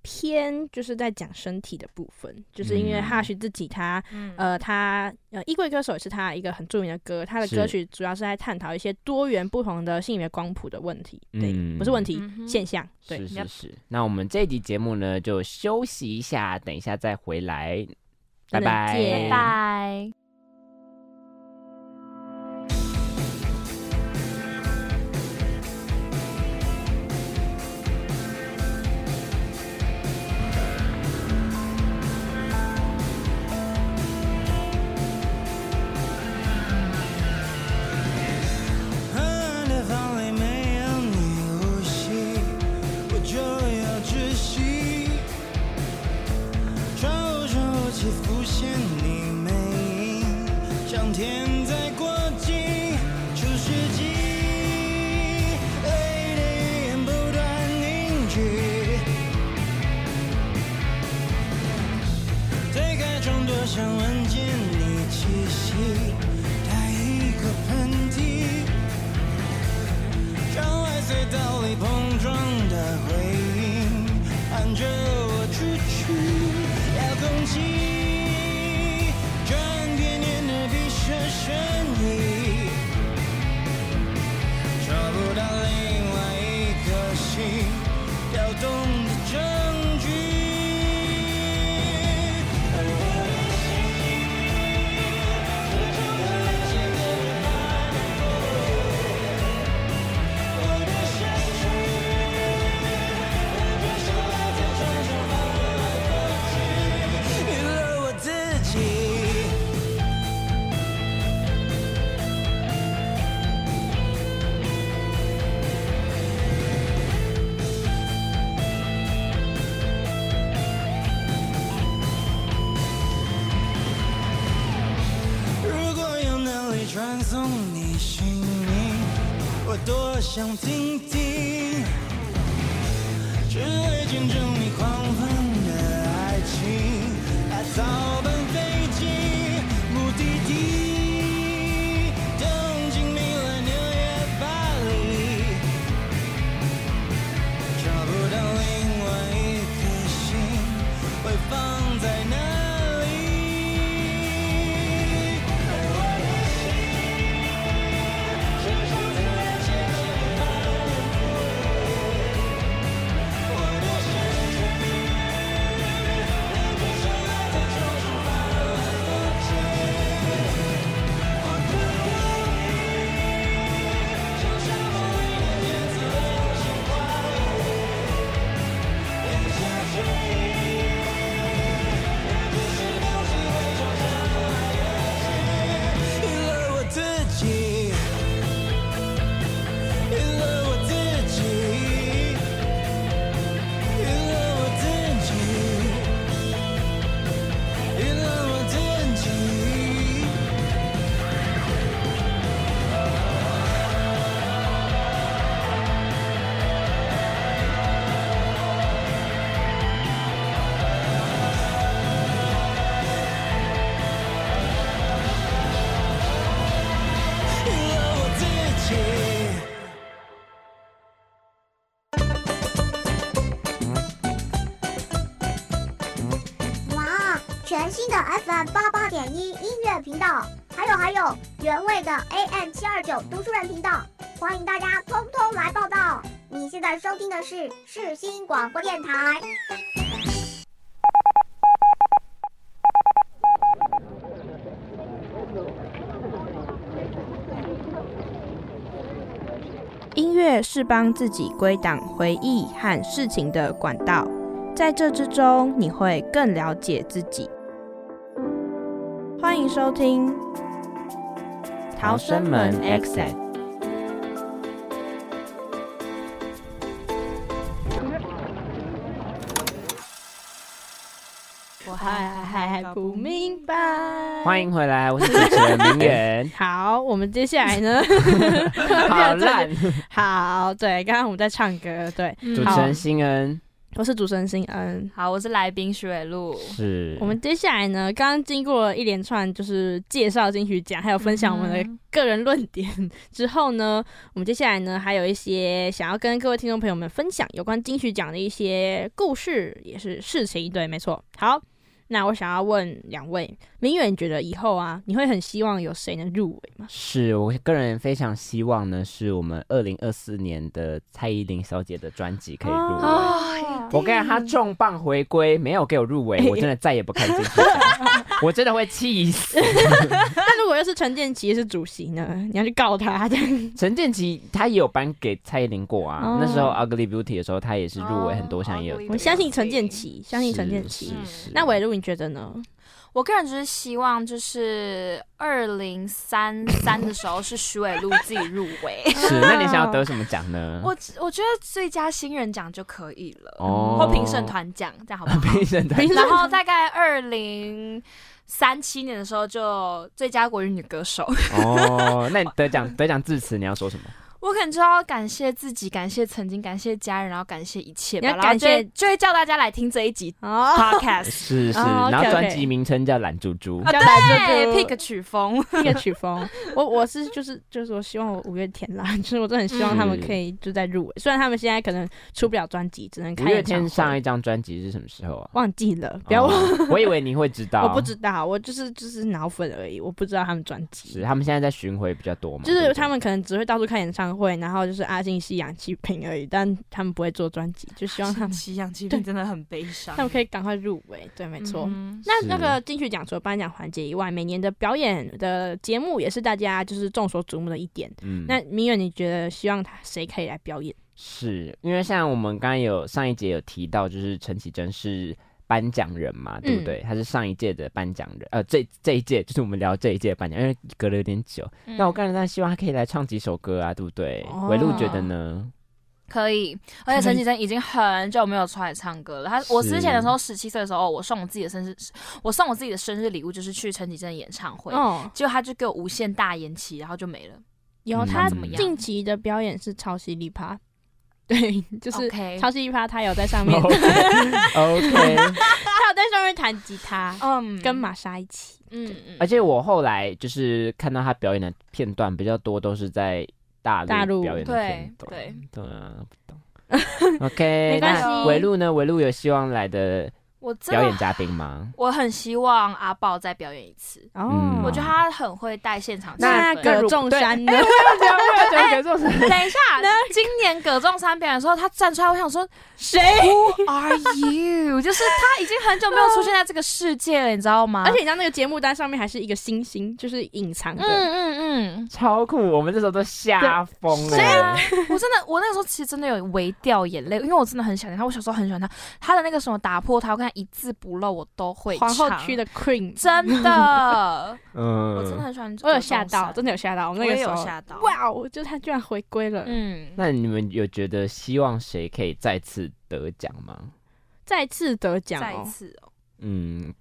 偏，就是在讲身体的部分，就是因为
嗯
哈许自己他、
嗯
呃他呃衣柜歌手也是他一个很著名的歌，他的
是
歌曲主要是在探讨一些多元不同的性别光谱的问题，对，
嗯
不是问题、
嗯哼
现象，对
是。是
Yep
是。那我们这一集节目呢，就休息一下，等一下再回来。拜
真的
拜
嗯
见
拜。
And if only 没有你呼吸，我就要窒息。窗户窗户起浮现你魅影，像天在过境，除湿机。泪滴源不断凝聚。推开窗，多想闻见你气息，打一个喷嚏。窗外隧道里碰撞的回送你姓名，我多想听听，只为见证你狂放的爱情，打造班飞机，目的地，东京、米兰、纽约、巴黎。找不到另外一颗心会放在哪里？而我的心深深地浅浅埋伏，我的身躯能够深爱的冲出泛滥的汁，我的无力像沙漠里的叶子流星划过。咽下去，那故事都是伪装成爱的骗，了我自己，骗了我自己，骗了我自己，骗了我自己。赢了我自己。
哇，全新的 FM 八八点一音乐频道，还有还有原味的 AM 七二九读书人频道，欢迎大家通通来报道。你现在收听的是世新广播电台。
音乐是帮自己归档回忆和事情的管道，在这之中，你会更了解自己。欢迎收听《
逃生门 exit》。
我还还还不明白。。
欢迎回来，我是主持人明远
好，我们接下来 呢？
好烂，嗯
好，对，刚刚我们在唱歌，对，
主持人新恩
我是主持人新恩。
好，我是来宾徐伟璐。
是
我们接下来呢，刚刚经过了一连串就是介绍金曲奖，还有分享我们
嗯
的个人论点之后呢，我们接下来呢还有一些想要跟各位听众朋友们分享有关金曲奖的一些故事，也是事情。对，没错。好，那我想要问两位，明远觉得以后啊，你会很希望有谁能入围吗？
是我个人非常希望呢，是我们二零二四年的蔡依林小姐的专辑可以入围。
哦
我跟你讲，她重磅回归，没有给我 入围，我真的再也不看进去了，我真的会气死。
那如果要是陈建奇是主席呢，你要去告他这样。
陈建奇他也有颁给蔡依林过啊，
哦
那时候《Ugly Beauty》的时候，他也是入围很多项，也有。
我相信陈建奇，相信陈建
是
奇。
是是
那伟如你觉得呢？
我个人就是希望，就是二零三三的时候是徐伟璐自己入围。
是，那你想要得什么奖呢？
我我觉得最佳新人奖就可以了，
哦
或评审团奖，这样好不 好？
评审团
评审
然后大 概二零三七年的时候，就最佳国语女歌手。
哦，那你得奖得奖致辞你要说什 么？
我可能就要感谢自己，感谢曾经，感谢家人，然后感谢一切吧。
你要感谢
然后就会就会叫大家来听这一 集
哦，
podcast，
是是，
哦，OK，哦
然后
OK
专辑名称叫《懒猪猪》。
叫来
对
就
，pick 曲风。
一个曲风。我我是就是就是我希望我五月天啦， 就是我真的很希望他们可以就在入围，虽然他们现在可能出不了专辑，只能
五
开
月
演唱
天
会
上一张专辑是什么时候啊？
忘记了，不要忘。
哦我以为你会知道，
我不知道，我就是就是脑粉而已，我不知道他们专
是
辑。
他们现在在巡回比较多嘛？
就
对
是
不对
他们可能只会到处看演唱会，然后就是阿信、西洋、气瓶而已，但他们不会做专辑，就希望 他们
吸氧气病真的很悲伤
他们可以赶快入围。对，没错。
嗯
那
是
那个金曲奖除了颁奖环节以外，每年的表演的节目也是大家就是众所瞩目的一点。
嗯，
那明远，你觉得希望他谁可以来表演？
是因为像我们刚刚有上一节有提到，就是陈绮贞是颁奖人嘛，对
嗯
不对？她是上一届的颁奖人，呃，这这一届就是我们聊这一届的颁奖，因为隔
嗯
嗯
了有点久。那我个人当然希望她可以来唱几首歌啊，对不对
哦？
维路觉得呢？
可以，而且陈绮贞已经很久没有出来唱歌了。她我之前的时候，十七岁的时候，我送我自己的生日，我送我自己的生日礼物就是去陈绮贞的演唱会，
哦，
结果她就给我无限大延期，然后就没了。
有
嗯
他
怎么样
近期的表演是超犀利 趴，对，就是超
OK，
超犀利趴，他有在上面，
哦 OK，
他有在上面弹吉他，
嗯
跟呃玛莎一起。
嗯嗯，
而且我后来就是看到他表演的片段比较多，都是在大
大
陆
陆
表演的片段。对
对
啊，不 懂。OK，
没关系
哎那伟路呢？伟路有希望来的
我真
表演
的
嘉宾吗？
我很希望阿豹再表演一次，
嗯
哦，
我觉得他很会带现场气
那
氛。
葛仲山 呢？
等一 下，今年葛仲山表演的时候，他站出来，我想说
谁？
，Who are you？就是他已经很久没有出现在这个世界了，你知道吗？
而且你知道那个节目单上面还是一个星星，就是隐藏
嗯，
的。
嗯嗯
超酷！我们这时候都吓疯
对啊
了。
我真的，我那个时候其实真的有微掉眼泪，因为我真的很想念他。我小时候很喜欢他，他的那个什么打破他，我看他一字不漏，我都会
皇后
唱
区的 Queen，
真的，
嗯，
我真的很喜欢。
我有吓到，真的有吓到。我
我
那个
也
时
有
候，
吓到。
哇哦，就他居然回归了。
嗯，
那你们有觉得希望谁可以再次得奖吗？
再次得奖
再一
哦，
次哦，
嗯，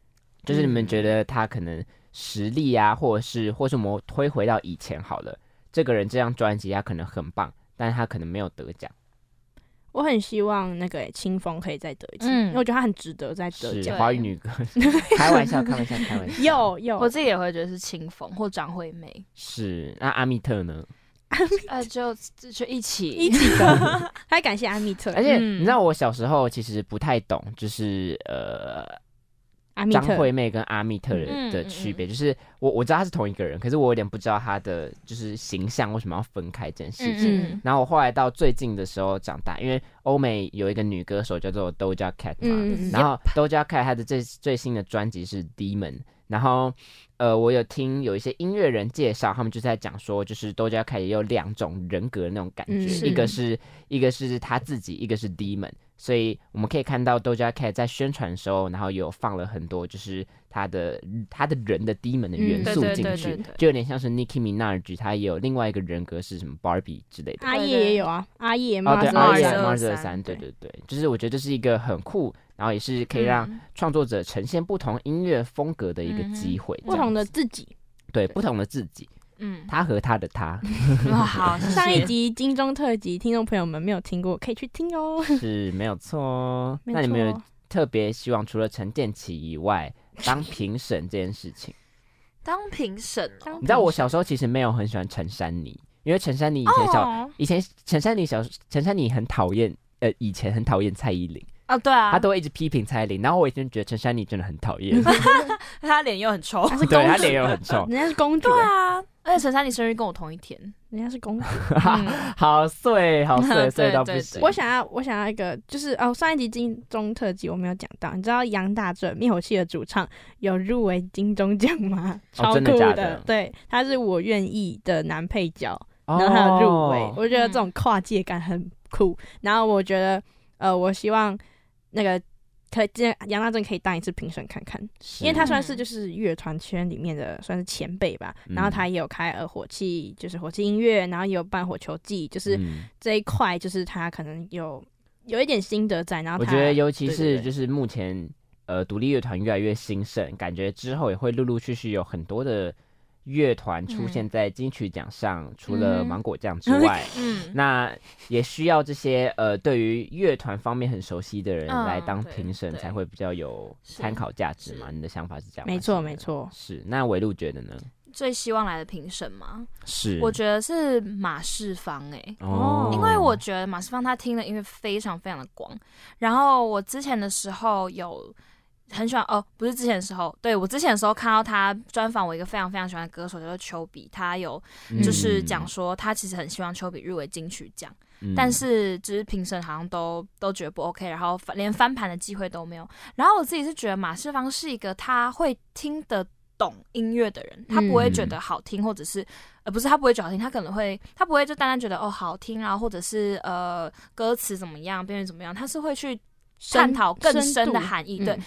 就是你们觉得他可能实力啊，或者是或是我们推回到以前好了，这个人这张专辑他可能很棒，但是他可能没有得奖。
我很希望那个清风可以再得一次，
嗯
因为我觉得他很值得再得
是
奖。
华语女歌手，开玩笑，开玩笑，开玩笑。
有有，
我自己也会觉得是清风或张惠妹，
是那阿密特呢？
呃，就就一起
一起的，还感谢阿密特，
而且
嗯
你知道，我小时候其实不太懂，就是呃，
阿密
张
特
惠妹跟阿密特的
嗯
的
嗯
区别，就是我我知道她是同一个人，可是我有点不知道她的就是形象为什么要分开这件事情。
嗯
然后我后来到最近的时候长大，因为欧美有一个女歌手叫做 Doja Cat 嘛，
嗯嗯嗯
然后 Doja Cat 她的最最新的专辑是 Demon，然后呃，我有听有一些音乐人介绍，他们就在讲说，就是 Doja Cat 也有两种人格的那种感觉，
嗯是
一个是一个是她自己，一个是 Demon，所以我们可以看到 Doja Cat 在宣传的时候，然后有放了很多就是她的她的人的 Demon 的元素
嗯对对
进
对
去
对对，
就有点像是 Nicki Minaj，她也有另外一个人格是什么 Barbie 之类的。
阿叶也有啊，阿叶
哦，
马
对，
子
马
阿
尔
叶
二
马
三
尔三，对对对，就是我觉得这是一个很酷，然后也是可以让
嗯
创作者呈现不同音乐风格的一个机会，
不同
的
的自己。
对不同的自己，
嗯，
他和他的 他
哇好，谢谢
上一集金钟特辑，听众朋友们没有听过，可以去听哦。
是没有错哦。
没
那你们有
错
特别希望除了陈建奇以外，当评审这件事 情，
当评审哦，
当
你知道我小时候其实没有很喜欢陈珊妮，因为陈珊妮以前小、
哦
以前陈珊妮小陈珊妮很讨厌。呃，以前很讨厌蔡依
嗯
林，
啊，对啊，
她都会一直批评蔡依林，然后我以前觉得陈珊妮真的很讨 厌，
他脸又很臭，
对她脸又很臭，
人家是公主，
啊，而且陈珊妮生日跟我同一 天，嗯
人家是公主。
好碎，好 碎，
对
碎到不
对对
行。
我想要，我想要一个，就是哦，上一集金钟特辑我没有讲到，你知道杨大正灭火器的主唱有入围金钟 奖吗？超酷
哦真的假的
对，他是我愿意的男配角，
哦
然后还有入围，我觉得
嗯
这种跨界感很酷。然后我觉得，呃，我希望那个可以，杨大正可以当一次评审看看，因为他算是
嗯
就是乐团圈里面的算是前辈吧。
嗯
然后他也有开呃火器，就是火器音乐，然后也有办火球季，就是
嗯
这一块就是他可能有有一点心得在。然后
我
他
觉得，尤其
对对
是
对
就是目前呃独立乐团越来越兴盛，感觉之后也会陆陆续续有很多的乐团出现在金曲奖上，除了
嗯
芒果酱 之外，
嗯，
那也需要这些呃对于乐团方面很熟悉的人
嗯
来当
对
评审，
对
才会比较有
是
参考价值
是
嘛？你的想法是这样吗？
没错
是
没错，
是。那韦路觉得呢？
最希望来的评审嘛，
是
我觉得是马世芳哎。
哦，
因
因为我觉得马世芳他听的音乐非常非常的广，然后我之前的时候有很喜欢哦，不是之前的时候，对我之前的时候看到他专访我一个非常非常喜欢的歌手叫做丘比，他有就是讲说他其实很希望丘比入围金曲奖，
嗯，
但是就是评审好像都都觉得不 OK，然后翻连翻盘的机会都没有。然后我自己是觉得马世芳是一个他会听得懂音乐的人，他不会觉得好听，或者是呃不是他不会觉得好听，他可能会他不会就单单觉得哦好听啊，或者是呃歌词怎么样，编曲怎么样，他是会去
深
探讨更深
深
的
度
含义。
嗯
对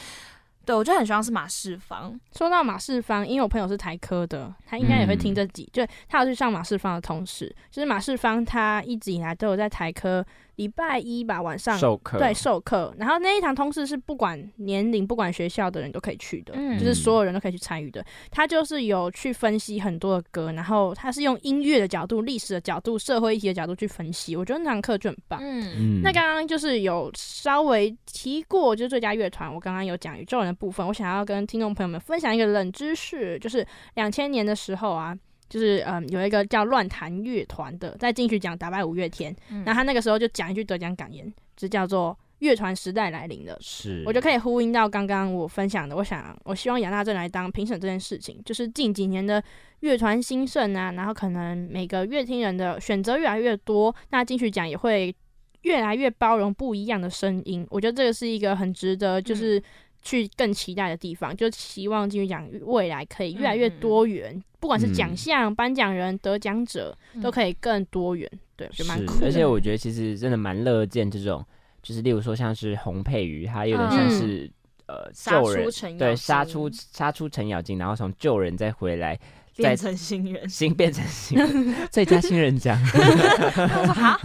对，我就很希望是马世芳，
说到马世芳，因为我朋友是台科的，他应该也会
嗯
听这集。就他有去上马世芳的同事，就是马世芳他一直以来都有在台科礼拜一吧晚上
授课，
对授课，然后那一堂通识是不管年龄、不管学校的人都可以去的，
嗯
就是所有人都可以去参与的。他就是有去分析很多的歌，然后他是用音乐的角度、历史的角度、社会议题的角度去分析，我觉得那堂课就很棒。
嗯
嗯
那刚刚就是有稍微提过，就是最佳乐团，我刚刚有讲宇宙人的部分，我想要跟听众朋友们分享一个冷知识，就是两千年的时候啊，就是嗯有一个叫乱弹乐团的，在金曲奖打败五月天，
嗯
那他那个时候就讲一句得奖感言，就叫做“乐团时代来临了”。
是，
我就可以呼应到刚刚我分享的，我想我希望杨大正来当评审这件事情，就是近几年的乐团兴盛啊，然后可能每个乐听人的选择越来越多，那金曲奖也会越来越包容不一样的声音，我觉得这个是一个很值得就是去更期待的地方，就希望金曲奖未来可以越来越多元，不管是
嗯
奖项、颁奖人、得奖者都可以更多元，对，就蛮
是
酷的。
而且我觉得其实真的蛮乐见这种，就是例如说像是洪佩瑜，他有点像
嗯
是、呃
杀
救人
出，程咬
对，
金
杀出杀出程咬金，然后从救人再回来，
变成新人，
新变成新 最佳新人奖。
我说哈，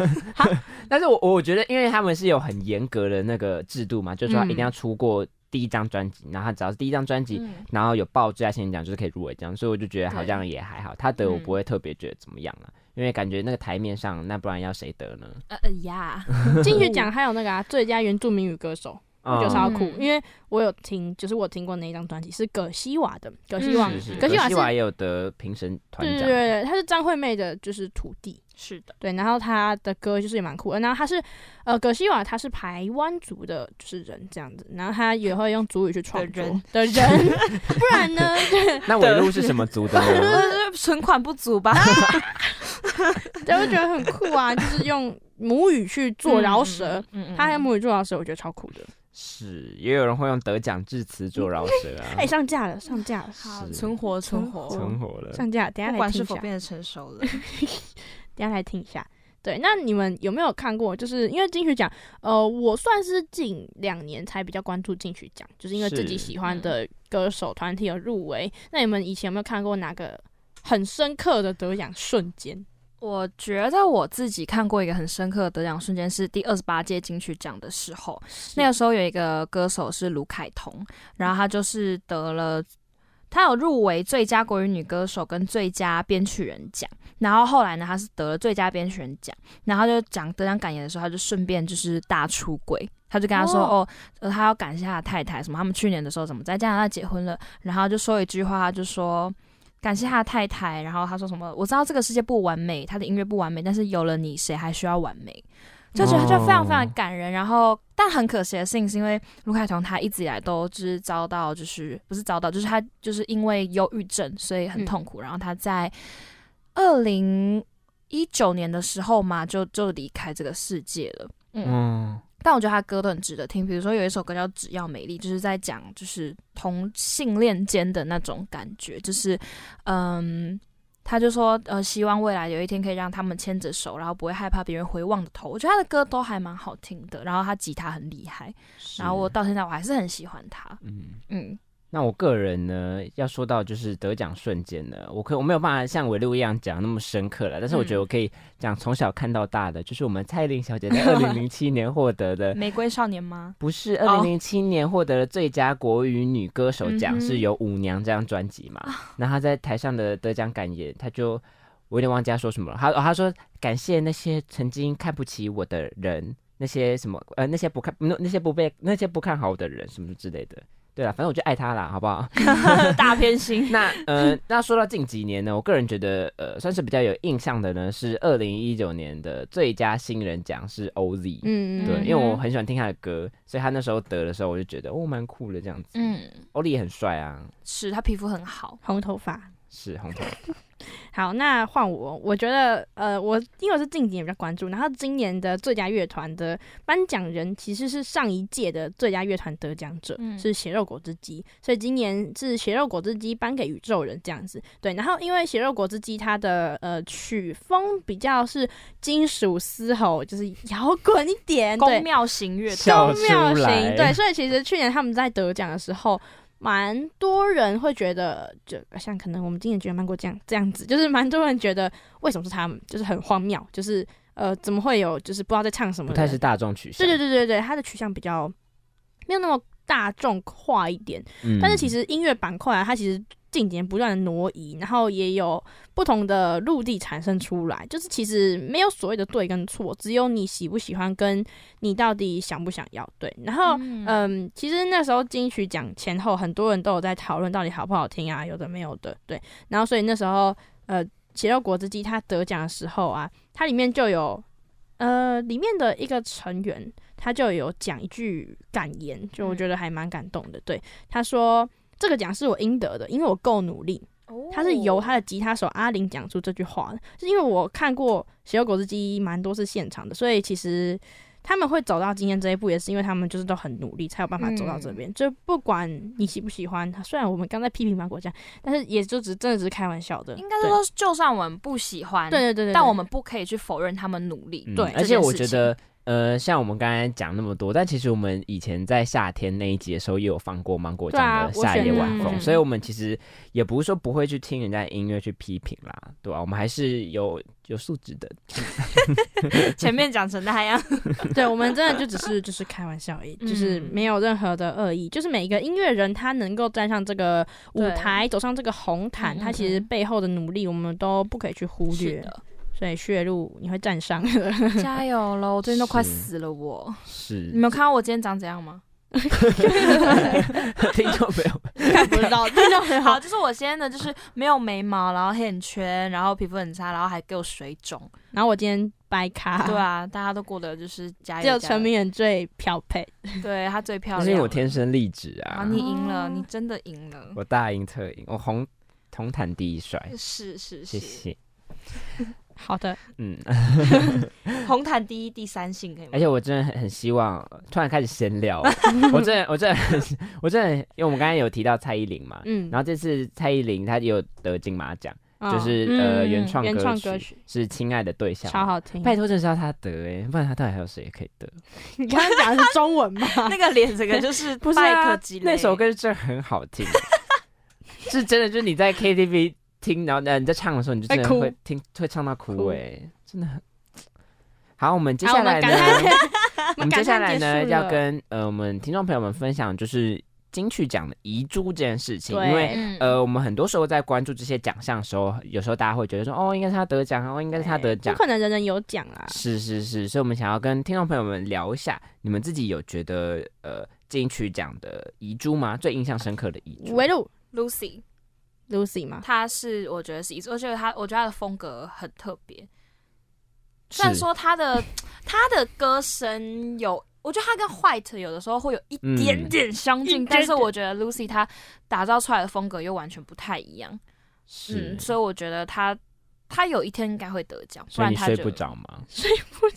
但是我我觉得，因为他们是有很严格的那个制度嘛，就是说他一定
嗯
要出过第一张专辑，然后他只要是第一张专辑。
嗯
然后有报最佳新人奖，就是可以入围这样，所以我就觉得好
对
像也还好，他得我
嗯
不会特别觉得怎么样啊，因为感觉那个台面上，那不然要谁得呢？
呃呃呀，
金曲奖还有那个、啊、最佳原住民语歌手。我觉得
嗯
超酷，
嗯
因为我有听，就是我听过那一张专辑是葛西瓦的，葛西瓦，
嗯
是是，
葛
葛
西瓦
西
是，
瓦也有得评审团
对对
奖，
对对，他是张惠妹的，就是徒弟，
是的，
对，然后他的歌就是也蛮酷的，然后他是，呃，葛西瓦他是排湾族的，就是人这样子，然后他也会用族语去创作的人，不然呢，
那尾路是什么族的呢？
就是 存款不足吧？
对，我觉得很酷啊，就是用母语去做饶舌，，
嗯
他用母语做饶舌，我觉得超酷的，
是，也有人会用得奖致辞做饶舌啊
哎、，上架了，上架了，
好
是
存活存活，
存活了。
上架了，等一
不
下来
管
听
是
一
否
下。
变得成熟了，
等一下来听一下。对，那你们有没有看过？就是因为金曲奖，呃，我算是近两年才比较关注金曲奖，就是因为自己
是嗯
喜欢的歌手团体有入围。那你们以前有没有看过哪个很深刻的得奖瞬间？
我觉得我自己看过一个很深刻的得奖瞬间是第二十八届金曲奖的时候，那个时候有一个歌手是卢凯彤，然后他就是得了。他有入围最佳国语女歌手跟最佳编曲人奖，然后后来呢，他是得了最佳编曲人奖，然后他就讲得奖感言的时候，他就顺便就是大出轨，他就跟他说哦呃他要感谢他的太太，什么他们去年的时候怎么在加拿大结婚了，然后就说一句话，他就说感谢他的太太，然后他说什么我知道这个世界不完美，他的音乐不完美，但是有了你，谁还需要完美？就觉得就非常非常
哦
感人，然后但很可惜的事情是因为卢凯彤他一直以来都就是遭到就是不是遭到就是他就是因为忧郁症所以很
嗯
痛苦，然后他在二零一九年的时候嘛就就离开这个世界了。
嗯，
但我觉得他歌都很值得听，比如说有一首歌叫《只要美丽》，就是在讲就是同性恋间的那种感觉，就是嗯，他就说呃，希望未来有一天可以让他们牵着手，然后不会害怕别人回望的头。我觉得他的歌都还蛮好听的，然后他吉他很厉害，
是
然后我到现在我还是很喜欢他。
嗯，
嗯，
那我个人呢，要说到就是得奖瞬间呢，我可我没有办法像尾路一样讲那么深刻了，但是我觉得我可以讲从小看到大的，就是我们蔡依林小姐在二零零七年获得的。
玫瑰少年吗？
不是二
哦
零零七年获得了最佳国语女歌手奖，
嗯哼啊
是有《舞娘》这张专辑嘛？那她在台上的得奖感言，她就我有点忘记她说什么了。她哦她说感谢那些曾经看不起我的人，那些什么呃那些不看那那些不被那些不看好我的人什么之类的。对啦，反正我就爱她啦，好不好？
大偏心。
那呃，那说到近几年呢，我个人觉得呃，算是比较有印象的呢，是二零一九年的最佳新人奖是 OZ。
嗯，
对，
嗯
因为我很喜欢听他的歌，所以他那时候得的时候，我就觉得哦，蛮酷的这样子。嗯，
嗯，
欧丽也很帅啊，
是他皮肤很好。
红头发。
是红头，
好，那换我，我觉得呃，我因为我是近几年比较关注，然后今年的最佳乐团的颁奖人其实是上一届的最佳乐团得奖者，
嗯
是血肉果汁机，所以今年是血肉果汁机颁给宇宙人这样子。对，然后因为血肉果汁机它的呃曲风比较是金属嘶吼，就是摇滚一点，对
宫，庙型乐团，
笑
宫庙
出来
型，对，所以其实去年他们在得奖的时候，蛮多人会觉得，就像可能我们今年觉得曼谷这样这样子，就是蛮多人觉得为什么是他们，就是很荒谬，就是。呃，怎么会有就是不知道在唱什么
不
的
太是大众取向。
对对对对对，它的取向比较没有那么大众化一点。
嗯
但是其实音乐板块啊，它其实近年不断的挪移，然后也有不同的陆地产生出来。就是其实没有所谓的对跟错，只有你喜不喜欢，跟你到底想不想要对。然后嗯
呃，
其实那时候金曲奖前后，很多人都有在讨论到底好不好听啊，有的没有的，对。然后所以那时候呃，《血肉果汁机》它得奖的时候啊，它里面就有呃里面的一个成员，他就有讲一句感言，就
嗯
我觉得还蛮感动的。对，他说这个奖是我应得的，因为我够努力。
哦
他是由他的吉他手阿林讲出这句话的，是因为我看过《血肉果汁机》蛮多是现场的，所以其实他们会走到今天这一步，也是因为他们就是都很努力，才有办法走到
嗯
这边。就不管你喜不喜欢，虽然我们刚才批评芒果酱，但是也就只真的只是开玩笑的，
应该是说，就算我们不喜欢，
对对对对对，
但我们不可以去否认他们努力。
嗯
对
而
这
且
件
我
事
觉
情
得，呃，像我们刚才讲那么多，但其实我们以前在夏天那一集的时候，也有放过芒果
对啊
酱的《
我
夏
选
夜
的
晚
嗯
风》所以我们其实也不是说不会去听人家的音乐去批评啦，对吧、我们还是有有素质的。
前面讲成那样，
对，我们真的就只是 就是开玩笑而已，就是
嗯
没有任何的恶意。就是每一个音乐人，他能够站上这个舞
对
台，走上这个红毯，
嗯嗯
他其实背后的努力，我们都不可以去忽略。
的，
所以血路你会站上，
加油喽！我最近都快
是
死了我，
是
你，没有看到我今天长怎样 吗？
听众朋友，
不知道真的很
好，。就是我今天的就是没有眉毛，然后黑眼圈，然后皮肤很差，然后还给我水肿。
然后我今天掰咖，
对，啊，大家都过得就是加油。
只有
加油
陈明远最漂配。
对她最漂
那
亮。
是因为我天生丽质
啊，
啊，
你赢了，你真的赢了。
我大赢特赢，我红红毯第一帅，
是是
谢
是，
谢。
好的，
嗯，
红毯第一、第三性可以吗？
而且我真的很很希望，突然开始闲 聊，我真的我真的很我真的很，因为我们刚才有提到蔡依林嘛，
嗯，
然后这次蔡依林她也有得金马奖，
后
就是呃
嗯
原创
原
歌
创
曲
歌曲
是《亲爱的对象》
超
嘛，
好听。
拜托，真的是要她得哎、不然她到底还有谁可以得？
你刚刚讲的是中文吗？
那个脸整个就是
不是
拜
啊
特级，
那首歌真的很好听， 是真的，就是你在 KTV 听，然后呃你在唱的时候，你就真的
会哭
会听，会唱到哭
哭
哎、真的很。好，我们 接
好
下来
我们感
呢
叹？
我们接下来
感
呢，
叹结束了
要跟呃我们听众朋友们分享，就是金曲奖的遗珠这件事情，
对
因为
嗯
呃，我们很多时候在关注这些奖项的时候，有时候大家会觉得说，哦，应该是他得奖，哦，应该是他得
不
奖，
可能人人有奖啊啦。
是是是，所以我们想要跟听众朋友们聊一下，你们自己有觉得呃金曲奖的遗珠吗？最印象深刻的遗珠？
围路
Lucy，
Lucy 吗？
她是我觉得是一，我觉得她，我觉得她的风格很特别。
是
虽然说她的她的歌声有，我觉得她跟 White 有的时候会有一
嗯
点点相近，
嗯
但是我觉得 Lucy 她打造出来的风格又完全不太一样。
是
嗯，，所以我觉得她她有一天应该会得奖，不
所以
然
你
她
睡
就
不。着吗？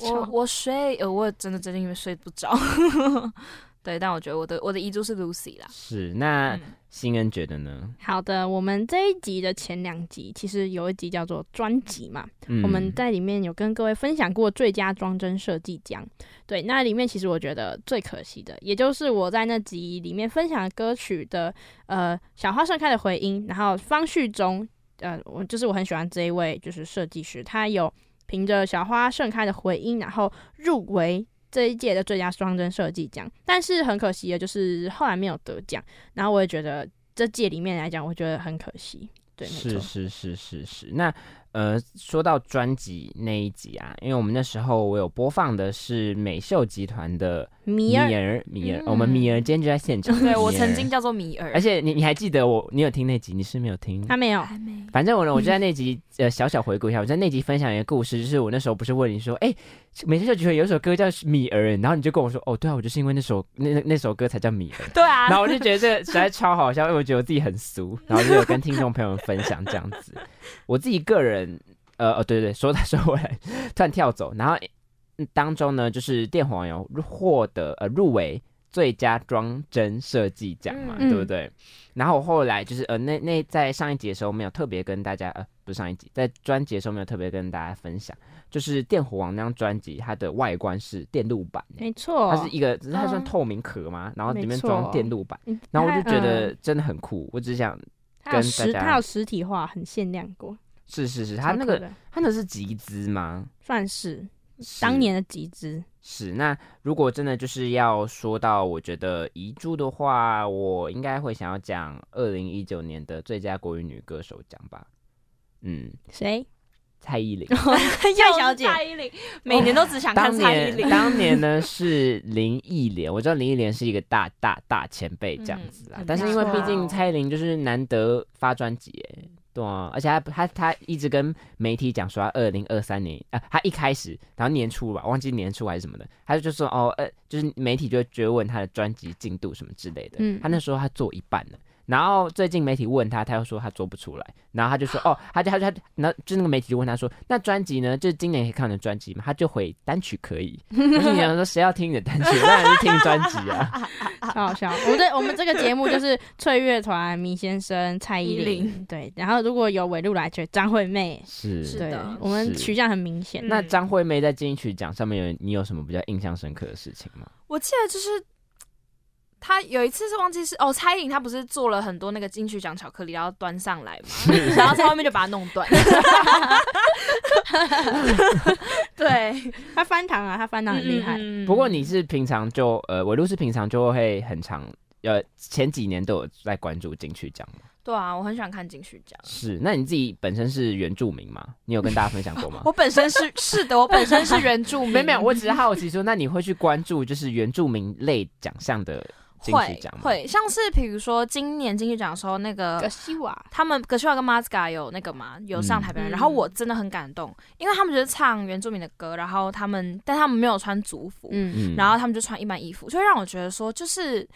我我睡，呃，我真的真的因为睡不着。 对，但我觉得我的我的遗珠是 Lucy 啦。
是，那
嗯
新恩觉得呢？
好的，我们这一集的前两集其实有一集叫做专辑嘛，
嗯
我们在里面有跟各位分享过最佳装帧设计奖。对，那里面其实我觉得最可惜的，也就是我在那集里面分享的歌曲的呃《小花盛开的回音》，然后方旭中，呃，我就是我很喜欢这一位就是设计师，他有凭着《小花盛开的回音》，然后入围。这一届的最佳装帧设计奖，但是很可惜的就是后来没有得奖。然后我也觉得这届里面来讲，我觉得很可惜。对，没
是
错，
是是是是。那呃，说到专辑那一集啊，因为我们那时候我有播放的是美秀集团的
米
米
尔
儿米儿，
嗯
我们米儿今天就在现场。米
对
儿
我曾经，叫做米尔
而，且你你还记得我，你有听那集？你是没有听？
他没有，
还没
反正我呢，我就在那集呃小小回顾一下，我在那集分享一个故事，就是我那时候不是问你说，哎、美秀集团有一首歌叫《米儿》，然后你就跟我说，哦，对啊，我就是因为那首那那那首歌才叫米儿。
对啊
然，后我就觉得这实在超好笑，因为我觉得我自己很俗，然后就有跟听众朋友们分享这样子。我自己个人，呃，哦，对对，说到说回来，突然跳走，然后、嗯当中呢，就是电黄油获得呃入围最佳装帧设计奖嘛，
嗯
对不对？然后后来就是呃，那那在上一集的时候没有特别跟大家呃，不是上一集，在专辑的时候没有特别跟大家分享，就是电火王那张专辑它的外观是电路板欸、
没错，
它是一个，只是它算
嗯
透明壳嘛，然后里
哦没
面
错
装电路板，
嗯
然后我
它
就觉
嗯
得真的很酷，我只想
它有
跟
实
大家
它有实体化，很限量过。
是是是，它
超
那
酷
个
的
它那是集资吗？
算是当年的集资，
是，那如果真的就是要说到我觉得遗珠的话，我应该会想要讲二零一九年的最佳国语女歌手奖吧。嗯，
谁？
蔡依林，
蔡小姐
又是蔡依林，每年都只想看
当
蔡依
年
林。
当年 呢是林忆莲，我知道林忆莲是一个大大大前辈这样子啦，
嗯
但是因为毕竟蔡依林就是难得发专辑耶，对啊，而且她她她一直跟媒体讲说，二零二三年啊，她一开始然后年初吧，忘记年初还是什么的，她就说哦，呃，就是媒体就会追问她的专辑进度什么之类的，
嗯
她那时候她做一半了。然后最近媒体问他，他又说他做不出来，然后他就 说哦，他就他就他，然后就那个媒体就问他说，那专辑呢？就是今年可以看你的专辑吗？他就回单曲可 以。我心里想说，谁要听你的单曲？当然是听专辑啊。
超好笑。我们这我们这个节目就是 翠乐团、米先生、蔡依
依
林，对，然后如果有韦路来就张惠妹，
是嗯
是
对
的，
我们
是
取向很明显。
那张惠妹在金曲奖上面有你有什么比较印象深刻的事情吗？
我记得就是他有一次是忘记是哦，蔡依林她不是做了很多那个金曲奖巧克力，然后端上来嘛，然后在外面就把它弄 断。 对，
她翻糖啊，她翻糖很厉害。
嗯。嗯嗯
不过你是平常就呃，我露是平常就会很常呃，前几年都有在关注金曲奖吗？
对啊，我很喜欢看金曲奖。
是，那你自己本身是原住民吗？你有跟大家分享过 吗？
我本身是是的，我本身是原住民，
没有没有，我只是好奇说，那你会去关注就是原住民类奖项的金曲
会
奖吗？
会，像是比如说今年金曲奖的时候，那个
葛西瓦，
他们葛秀华跟 Maska 有那个嘛，有上台表
嗯
演，然后我真的很感动，因为他们就是唱原住民的歌，然后他们但他们没有穿族服，
嗯，
嗯
然后他们就穿一般衣服，就让我觉得说，就是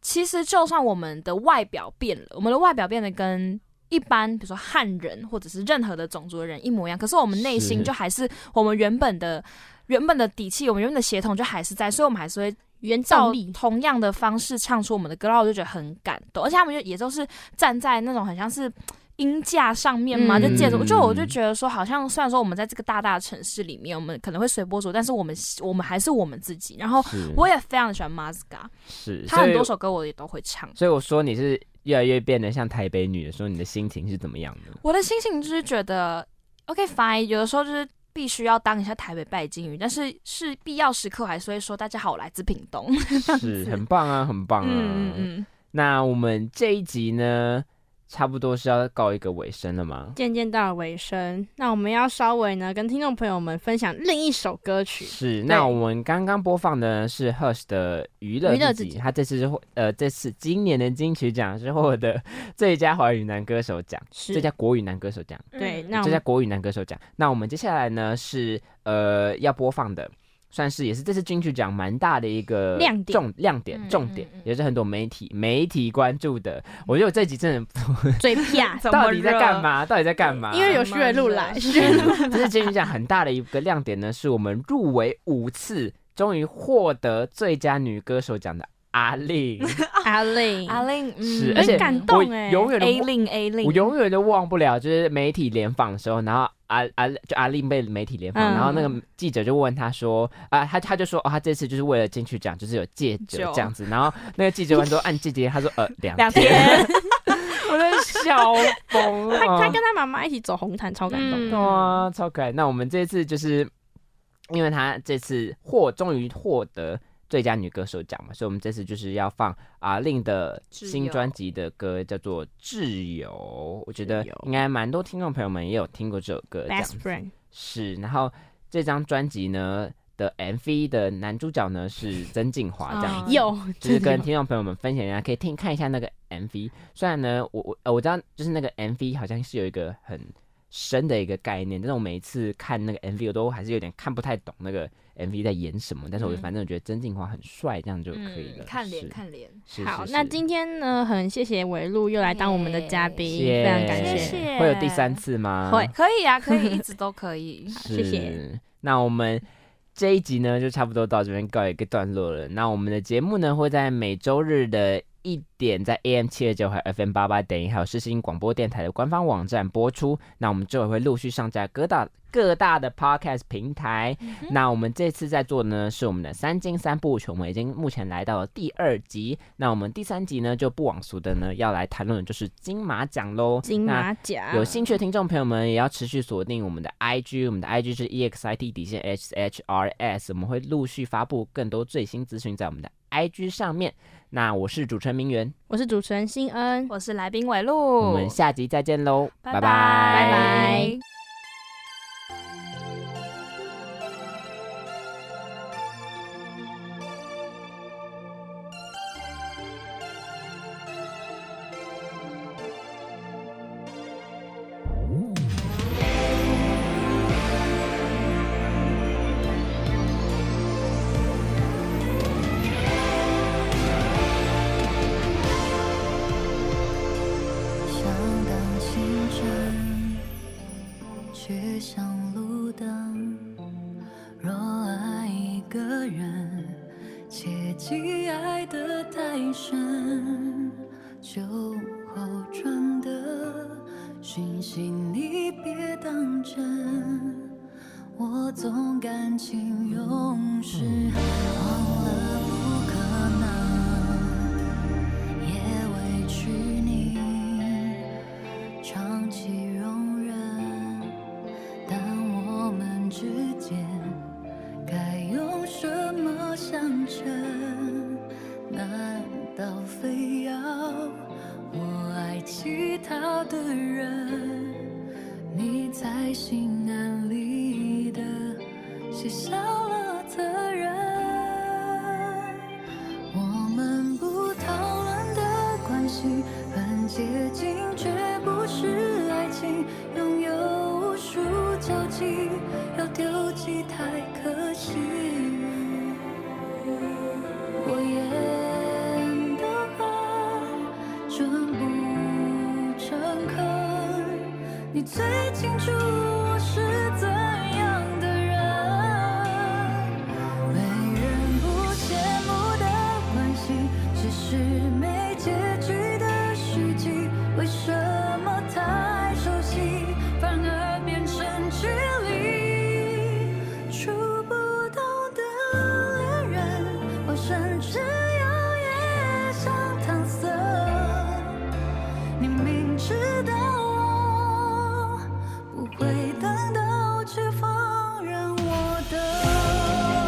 其实就算我们的外表变了，我们的外表变得跟一般比如说汉人或者是任何的种族的人一模一样，可是我们内心
是
就还是我们原本的原本的底气，我们原本的血统就还是在，所以我们还是会
原
照
动力，
同样的方式唱出我们的歌，然后我就觉得很感动，而且他们就也都是站在那种很像是。音架上面嘛，
嗯
就借着，
嗯
就我就觉得说，好像虽然说我们在这个大大的城市里面，我们可能会随波逐流，但是我们我们还是我们自己。然后
是
我也非常喜欢 Mazga，
是，
他很
所以
多首歌我也都会唱。
所以我说你是越来越变得像台北女的时候，你的心情是怎么样 的？
我的心情就是觉得，OK fine，有的时候就是必须要当一下台北拜金鱼，但是是必要时刻还是会说，大家好，我来自屏东。
是很棒啊，很棒啊。
嗯嗯嗯，
那我们这一集呢，差不多是要告一个尾声了吗？
渐渐到了尾声，那我们要稍微呢跟听众朋友们分享另一首歌曲。
是，那我们刚刚播放的是 Hush 的娱乐
娱乐
自
自
己，
己
他这次是获呃，这次今年的金曲奖是获得最佳华语男歌手奖、
是
最佳国语男歌手奖、
对，
嗯
那我
最佳
们
国语男歌手奖。那我们接下来呢是呃要播放的，算是也是这次金曲奖蛮大的一个
亮点
重亮点、
嗯
重点
嗯嗯，，
也是很多媒体媒体关注的。
嗯
我觉得我这集真的
最啪
怎么
到底在
热
干？嘛？到底在干嘛？嗯
因 为有徐伟路来， 徐伟路
这是金曲奖很大的一个亮点呢，是我们入围五次，终于获得最佳女歌手奖的阿 令，
阿令，
阿令，嗯
是，而
很
且
感
我
动欸
永远
，A
都
令 A 令，
我永远都忘不了，就是媒体联访的时候，然后阿阿就阿令被媒体联访，
嗯
然后那个记者就问他说，啊，他他就说，哦，他这次就是为了金曲奖，就是有戒酒
酒
这样子，然后那个记者问 说，按几天，他说呃两
两
天，
天，
我在笑疯了，
他他跟他妈妈一起走红毯，超感动。
嗯
对啊，超可爱。那我们这次就是因为她这次获终于获得最佳女歌手奖嘛，所以我们这次就是要放阿令的
挚
新
友
专辑的歌，叫做《挚友》。我觉得
挚友
应该蛮多听众朋友们也有听过这首歌，这样子
Best friend，
是。然后这张专辑呢的 MV 的男主角呢是曾静华，这样子。
嗯
有
就是跟听众朋友们分享一下，可以听看一下那个 MV。虽然呢，我我呃我知道，就是那个 MV 好像是有一个很深的一个概念，但是我每一次看那个 MV，我都还是有点看不太懂那个 MV 在演什么。但是我
嗯
反正我觉得曾静华很帅，这样就可以了。
嗯看脸
是，
看脸，
是是
好，
是
那今天呢，很谢谢韦路又来当我们的嘉宾，
谢
非常感
谢谢
会有第三次吗？
会
可以啊，可以， 一直都可以。
是
谢谢
那我们这一集呢，就差不多到这边告一个段落了。那我们的节目呢，会在每周日的一点在 AM 七二九和 FM 八八等于还有世新广播电台的官方网站播出。那我们之后也会陆续上架各大各大的 Podcast 平台。
嗯
那我们这次在做的呢是我们的三金三部曲，我们已经目前来到了第二集。那我们第三集呢就不往俗的呢要来谈论的就是金马奖喽。
金
那
马奖
啊
有兴趣的听众朋友们，也要持续锁定我们的 IG，我们的 IG 是 E EXIT 底线 HHRS，我们会陆续发布更多最新资讯在我们的 IG 上面。那我是主持人明媛，
我是主持人新恩，
我是来宾伟
我
路
们，下集再见喽，
哦拜
拜
拜
拜。
想当行人，去向路灯。若爱一个人，切记爱得太深。酒后传的讯息，你别当真。我总感情用事，忘了不可能。也委屈你，长期容忍，但我们之间该用什么相称？难道非要我爱其他的人，你才心安理得卸下了责任？我们不讨论的关系很接近，却不是爱情。拥有无数交集，要丢弃太可惜。我演得很真不诚恳，你最清楚我是怎样的人。没人不羡慕的关系，只是没结局的续集，为什么太熟悉，反而变成距离？触不到的恋人，我甚至摇也想搪塞。你明知道我不会等到，却放任我的。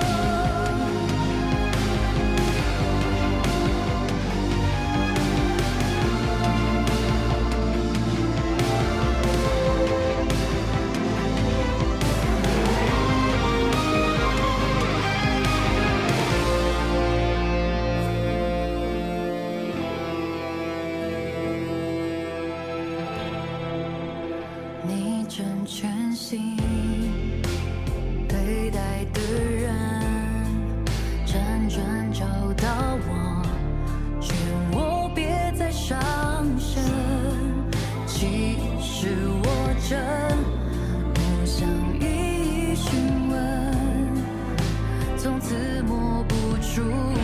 你正全心对待的人，辗转找到我，劝我别再伤神。其实我真不想一一询问，从此默不出声。